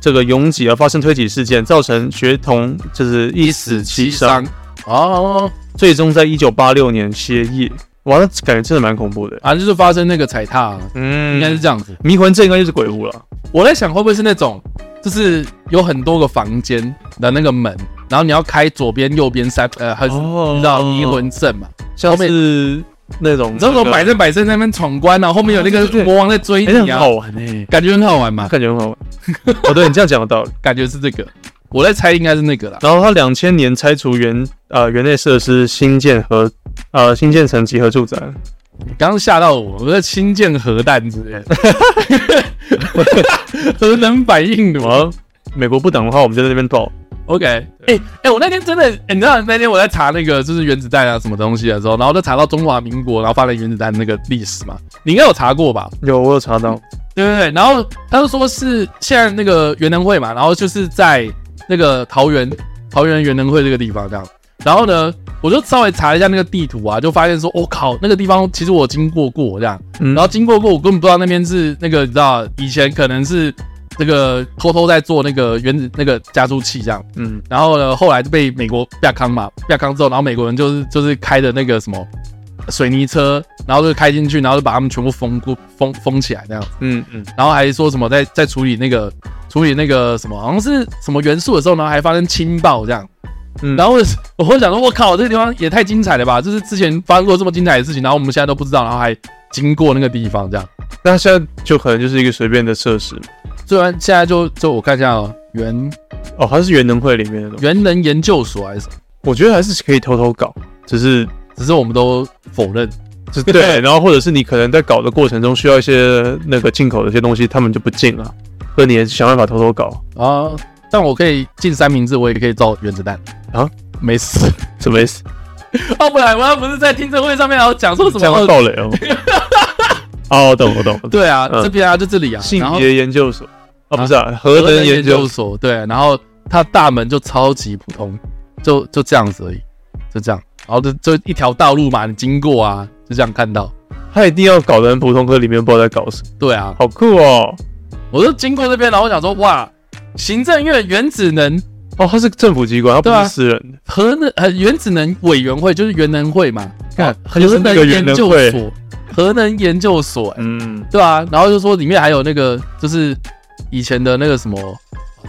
Speaker 3: 这个拥挤而发生推挤事件，造成学童就是一死
Speaker 2: 七
Speaker 3: 七伤，
Speaker 2: 哦，
Speaker 3: 最终在一九八六年歇业。哇，那感觉真的蛮恐怖的。
Speaker 2: 啊，就是发生那个踩踏、啊，
Speaker 3: 嗯，
Speaker 2: 应该是这样子。
Speaker 3: 迷魂阵应该就是鬼屋了。
Speaker 2: 我在想会不会是那种，就是有很多个房间的那个门，然后你要开左边、右边三呃，还是
Speaker 3: 哦
Speaker 2: 你知道迷魂阵嘛？
Speaker 3: 像是那种
Speaker 2: 你知道说摆正摆正在那边闯关，啊然后后面有那
Speaker 3: 哦
Speaker 2: 个
Speaker 3: 对对对
Speaker 2: 魔王在追
Speaker 3: 哎，那
Speaker 2: 你
Speaker 3: 很
Speaker 2: 啊
Speaker 3: 好，玩哎，
Speaker 2: 感觉很好玩嘛？
Speaker 3: 感觉很好 玩。哦，对你这样讲有道理。
Speaker 2: 感觉是这个，我在猜应该是那个啦。
Speaker 3: 然后他两千年拆除原呃园内设施，新建和呃新建成集合住宅。
Speaker 2: 刚刚吓到我，我在新建核弹之类 的，核能反应炉。
Speaker 3: 哇，美国不挡的话，我们就在那边爆。
Speaker 2: OK，哎哎、我那天真的，哎你知道那天我在查那个就是原子弹啊什么东西的时候，然后就查到中华民国，然后发明原子弹那个历史嘛，你应该有查过吧？
Speaker 3: 有，我有查到。
Speaker 2: 对对对，然后他就说是现在那个元能会嘛，然后就是在那个桃园桃园元能会这个地方这样。然后呢，我就稍微查了一下那个地图啊，就发现说，我、靠，那个地方其实我经过过这样，
Speaker 3: 嗯
Speaker 2: 然后经过过，我根本不知道那边是那个，你知道以前可能是这个偷偷在做那个原子那个加速器这样，
Speaker 3: 嗯，
Speaker 2: 然后呢，后来就被美国亚康嘛，亚康之后，然后美国人就是就是开的那个什么水泥车，然后就开进去，然后就把他们全部封固封封起来那样。
Speaker 3: 嗯嗯，
Speaker 2: 然后还说什么在在处理那个 处理那个什么，好像是什么元素的时候呢，还发生氢爆这样。
Speaker 3: 嗯
Speaker 2: 然后我我会想说，我靠，这个地方也太精彩了吧！ 就是之前发生过这么精彩的事情，然后我们现在都不知道，然后还经过那个地方这样。
Speaker 3: 那现在就可能就是一个随便的设施。
Speaker 2: 虽然现在就就我看一下哦，原
Speaker 3: 哦，它是园能会里面的东西，
Speaker 2: 原能研究所还是什么，
Speaker 3: 我觉得还是可以偷偷搞，只是
Speaker 2: 只是我们都否认。
Speaker 3: 只 对，然后或者是你可能在搞的过程中需要一些那个进口的一些东西，他们就不进了，所以你也想办法偷偷搞，
Speaker 2: 啊，但我可以进三明治，我也可以造原子弹
Speaker 3: 啊，
Speaker 2: 没事。
Speaker 3: 什么意思？
Speaker 2: 哦，不然我要不是在听证会上面然后讲说什
Speaker 3: 这样会
Speaker 2: 么？
Speaker 3: 爆雷哦。 哦，我懂，我懂，我懂。
Speaker 2: 对啊，
Speaker 3: 嗯
Speaker 2: 这边啊，就这里啊，
Speaker 3: 性
Speaker 2: 然后
Speaker 3: 别研究所
Speaker 2: 啊
Speaker 3: 哦，不是啊，核
Speaker 2: 核能
Speaker 3: 能研
Speaker 2: 研究
Speaker 3: 究
Speaker 2: 所，对，然后它大门就超级普通，就就这样子而已，就这样，然后就就一条道路嘛，你经过啊，就这样看到。
Speaker 3: 他一定要搞得很普通，可是里面不知道在搞什么，
Speaker 2: 对啊，
Speaker 3: 好酷哦！
Speaker 2: 我就经过这边，然后我想说，哇，行政院原子能
Speaker 3: 哦，他是政府机关，他
Speaker 2: 对
Speaker 3: 不
Speaker 2: 啊
Speaker 3: 是私人的。
Speaker 2: 核能呃原子能委员会就是原能会嘛，哦
Speaker 3: 看它就
Speaker 2: 核
Speaker 3: 是那个
Speaker 2: 能
Speaker 3: 原
Speaker 2: 研
Speaker 3: 能
Speaker 2: 究
Speaker 3: 会
Speaker 2: 所，核能研究所、欸，
Speaker 3: 嗯，
Speaker 2: 对啊，然后就说里面还有那个就是以前的那个什么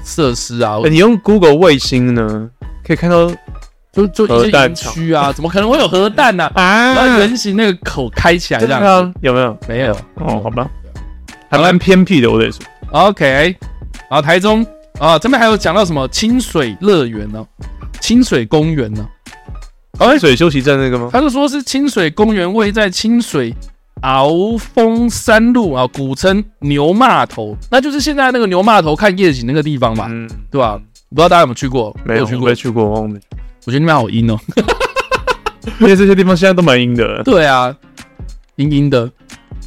Speaker 2: 设施啊，
Speaker 3: 欸你用 Google 卫星呢，可以看到
Speaker 2: 就就一
Speaker 3: 核
Speaker 2: 些
Speaker 3: 弹
Speaker 2: 园区啊，怎么可能会有核弹 呢、啊？
Speaker 3: 啊
Speaker 2: 然后圆形那个口开起来这
Speaker 3: 对
Speaker 2: 样子，嗯
Speaker 3: 啊，有没有？
Speaker 2: 没有。
Speaker 3: 哦，好吧，还蛮偏僻的，我得说。
Speaker 2: OK，然后台中啊，这边还有讲到什么清水乐园呢、清水公园呢、
Speaker 3: 哎，水休息站那个吗？
Speaker 2: 他就说是清水公园位在清水鳌峰山路啊，古称牛骂头，那就是现在那个牛骂头看夜景那个地方嘛，
Speaker 3: 嗯，
Speaker 2: 对吧？不知道大家啊有没有去过？
Speaker 3: 没有
Speaker 2: 我去
Speaker 3: 我
Speaker 2: 过
Speaker 3: 没，去过，忘了。
Speaker 2: 我觉得那边好阴哦。
Speaker 3: 因为这些地方现在都蛮阴的。
Speaker 2: 对啊，阴阴的，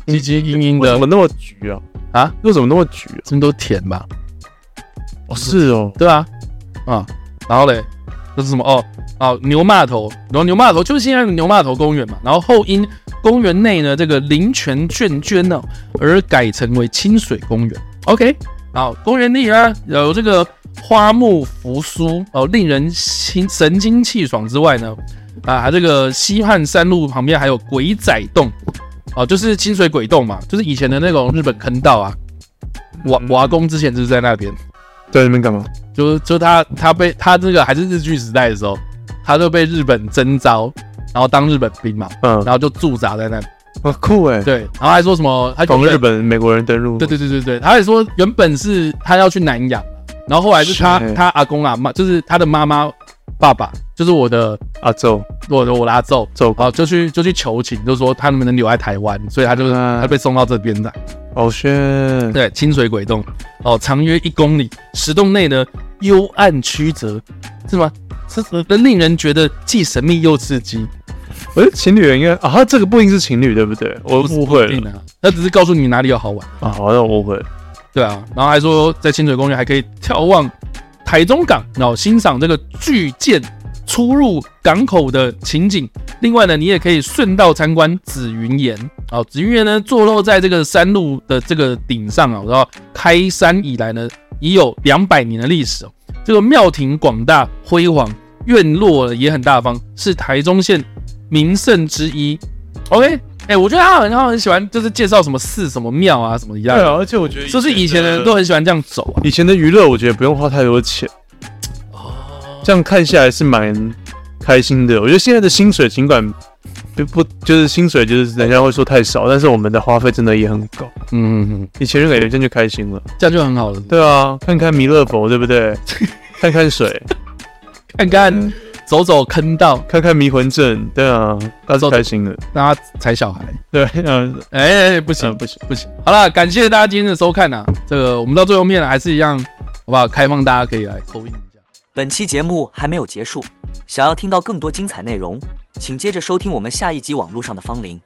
Speaker 2: 唧唧阴阴
Speaker 3: 为
Speaker 2: 的
Speaker 3: 什，么那么橘啊？
Speaker 2: 啊，
Speaker 3: 为什么那么橘啊？
Speaker 2: 这边都甜吧？
Speaker 3: 哦，是哦，
Speaker 2: 对啊，啊，然后嘞，这是什么？哦，哦，牛骂头，然后牛骂头就是现在的牛骂头公园嘛。然后后因公园内呢这个林泉圈圈呢、而改成为清水公园。OK，好，公园里啊有这个花木扶疏哦，令人心神清气爽之外呢，啊，这个西汉山路旁边还有鬼仔洞，哦，就是清水鬼洞嘛，就是以前的那种日本坑道啊。瓦瓦工之前就是在那边。
Speaker 3: 在那边干嘛？
Speaker 2: 就是就他他被他这个还是日据时代的时候，他就被日本征召，然后当日本兵嘛，
Speaker 3: 嗯，
Speaker 2: 然后就驻扎在那里。
Speaker 3: 啊，酷哎，
Speaker 2: 对，然后还说什么他
Speaker 3: 防
Speaker 2: 原本
Speaker 3: 日，本美国人登陆。
Speaker 2: 对对对对对，他还说原本是他要去南洋，然后后来是他
Speaker 3: 是
Speaker 2: 他阿公阿妈，就是他的妈妈爸爸，就是我的
Speaker 3: 啊，走
Speaker 2: 我的我的阿昼。
Speaker 3: 走
Speaker 2: 哦，就去就去求情，就说他能不能留在台湾，所以他就
Speaker 3: 啊
Speaker 2: 他被送到这边来。
Speaker 3: 哦，炫，
Speaker 2: 对，清水鬼洞哦，长约一公里，石洞内呢幽暗曲折，是吗？这这令人觉得既神秘又刺激。
Speaker 3: 我觉得情侣应该啊，他这个不一定是情侣，对不对？我
Speaker 2: 不是
Speaker 3: 误会
Speaker 2: 不一定
Speaker 3: 了
Speaker 2: 啊，他只是告诉你哪里有好玩。
Speaker 3: 啊，好像我误会了。
Speaker 2: 对啊，然后还说在清水公园还可以眺望台中港，然后欣赏这个巨舰出入港口的情景。另外呢，你也可以顺道参观紫云岩。哦，紫云岩呢坐落在这个山路的这个顶上啊，然后开山以来呢已有两百年的历史哦。这个庙庭广大辉煌，院落也很大方，是台中县名胜之一。 OK，哎、我觉得他好像很喜欢，就是介绍什么寺、什么庙啊，什么一样
Speaker 3: 对。啊，而且我觉得
Speaker 2: 是不是以前的人都很喜欢这样走啊？
Speaker 3: 以前的娱乐，我觉得不用花太多钱，
Speaker 2: 哦
Speaker 3: 这样看下来是蛮开心的。我觉得现在的薪水尽管不不就是薪水就是人家会说太少，但是我们的花费真的也很高。
Speaker 2: 嗯，嗯
Speaker 3: 以前就感觉这样就开心了，
Speaker 2: 嗯这样就很好了。
Speaker 3: 对啊，看看弥勒佛，对 不对？看看水，
Speaker 2: 看看走走坑道，
Speaker 3: 看看迷魂阵，对啊，那是开心的。
Speaker 2: 让他踩小孩。
Speaker 3: 对，嗯、
Speaker 2: 哎、哎不行、
Speaker 3: 嗯不行
Speaker 2: 不行。好了，感谢大家今天的收看呐、啊。这个我们到最后面还是一样，好不好？开放大家可以来投影一下。
Speaker 4: 本期节目还没有结束，想要听到更多精彩内容，请接着收听我们下一集《网络上的芳龄》。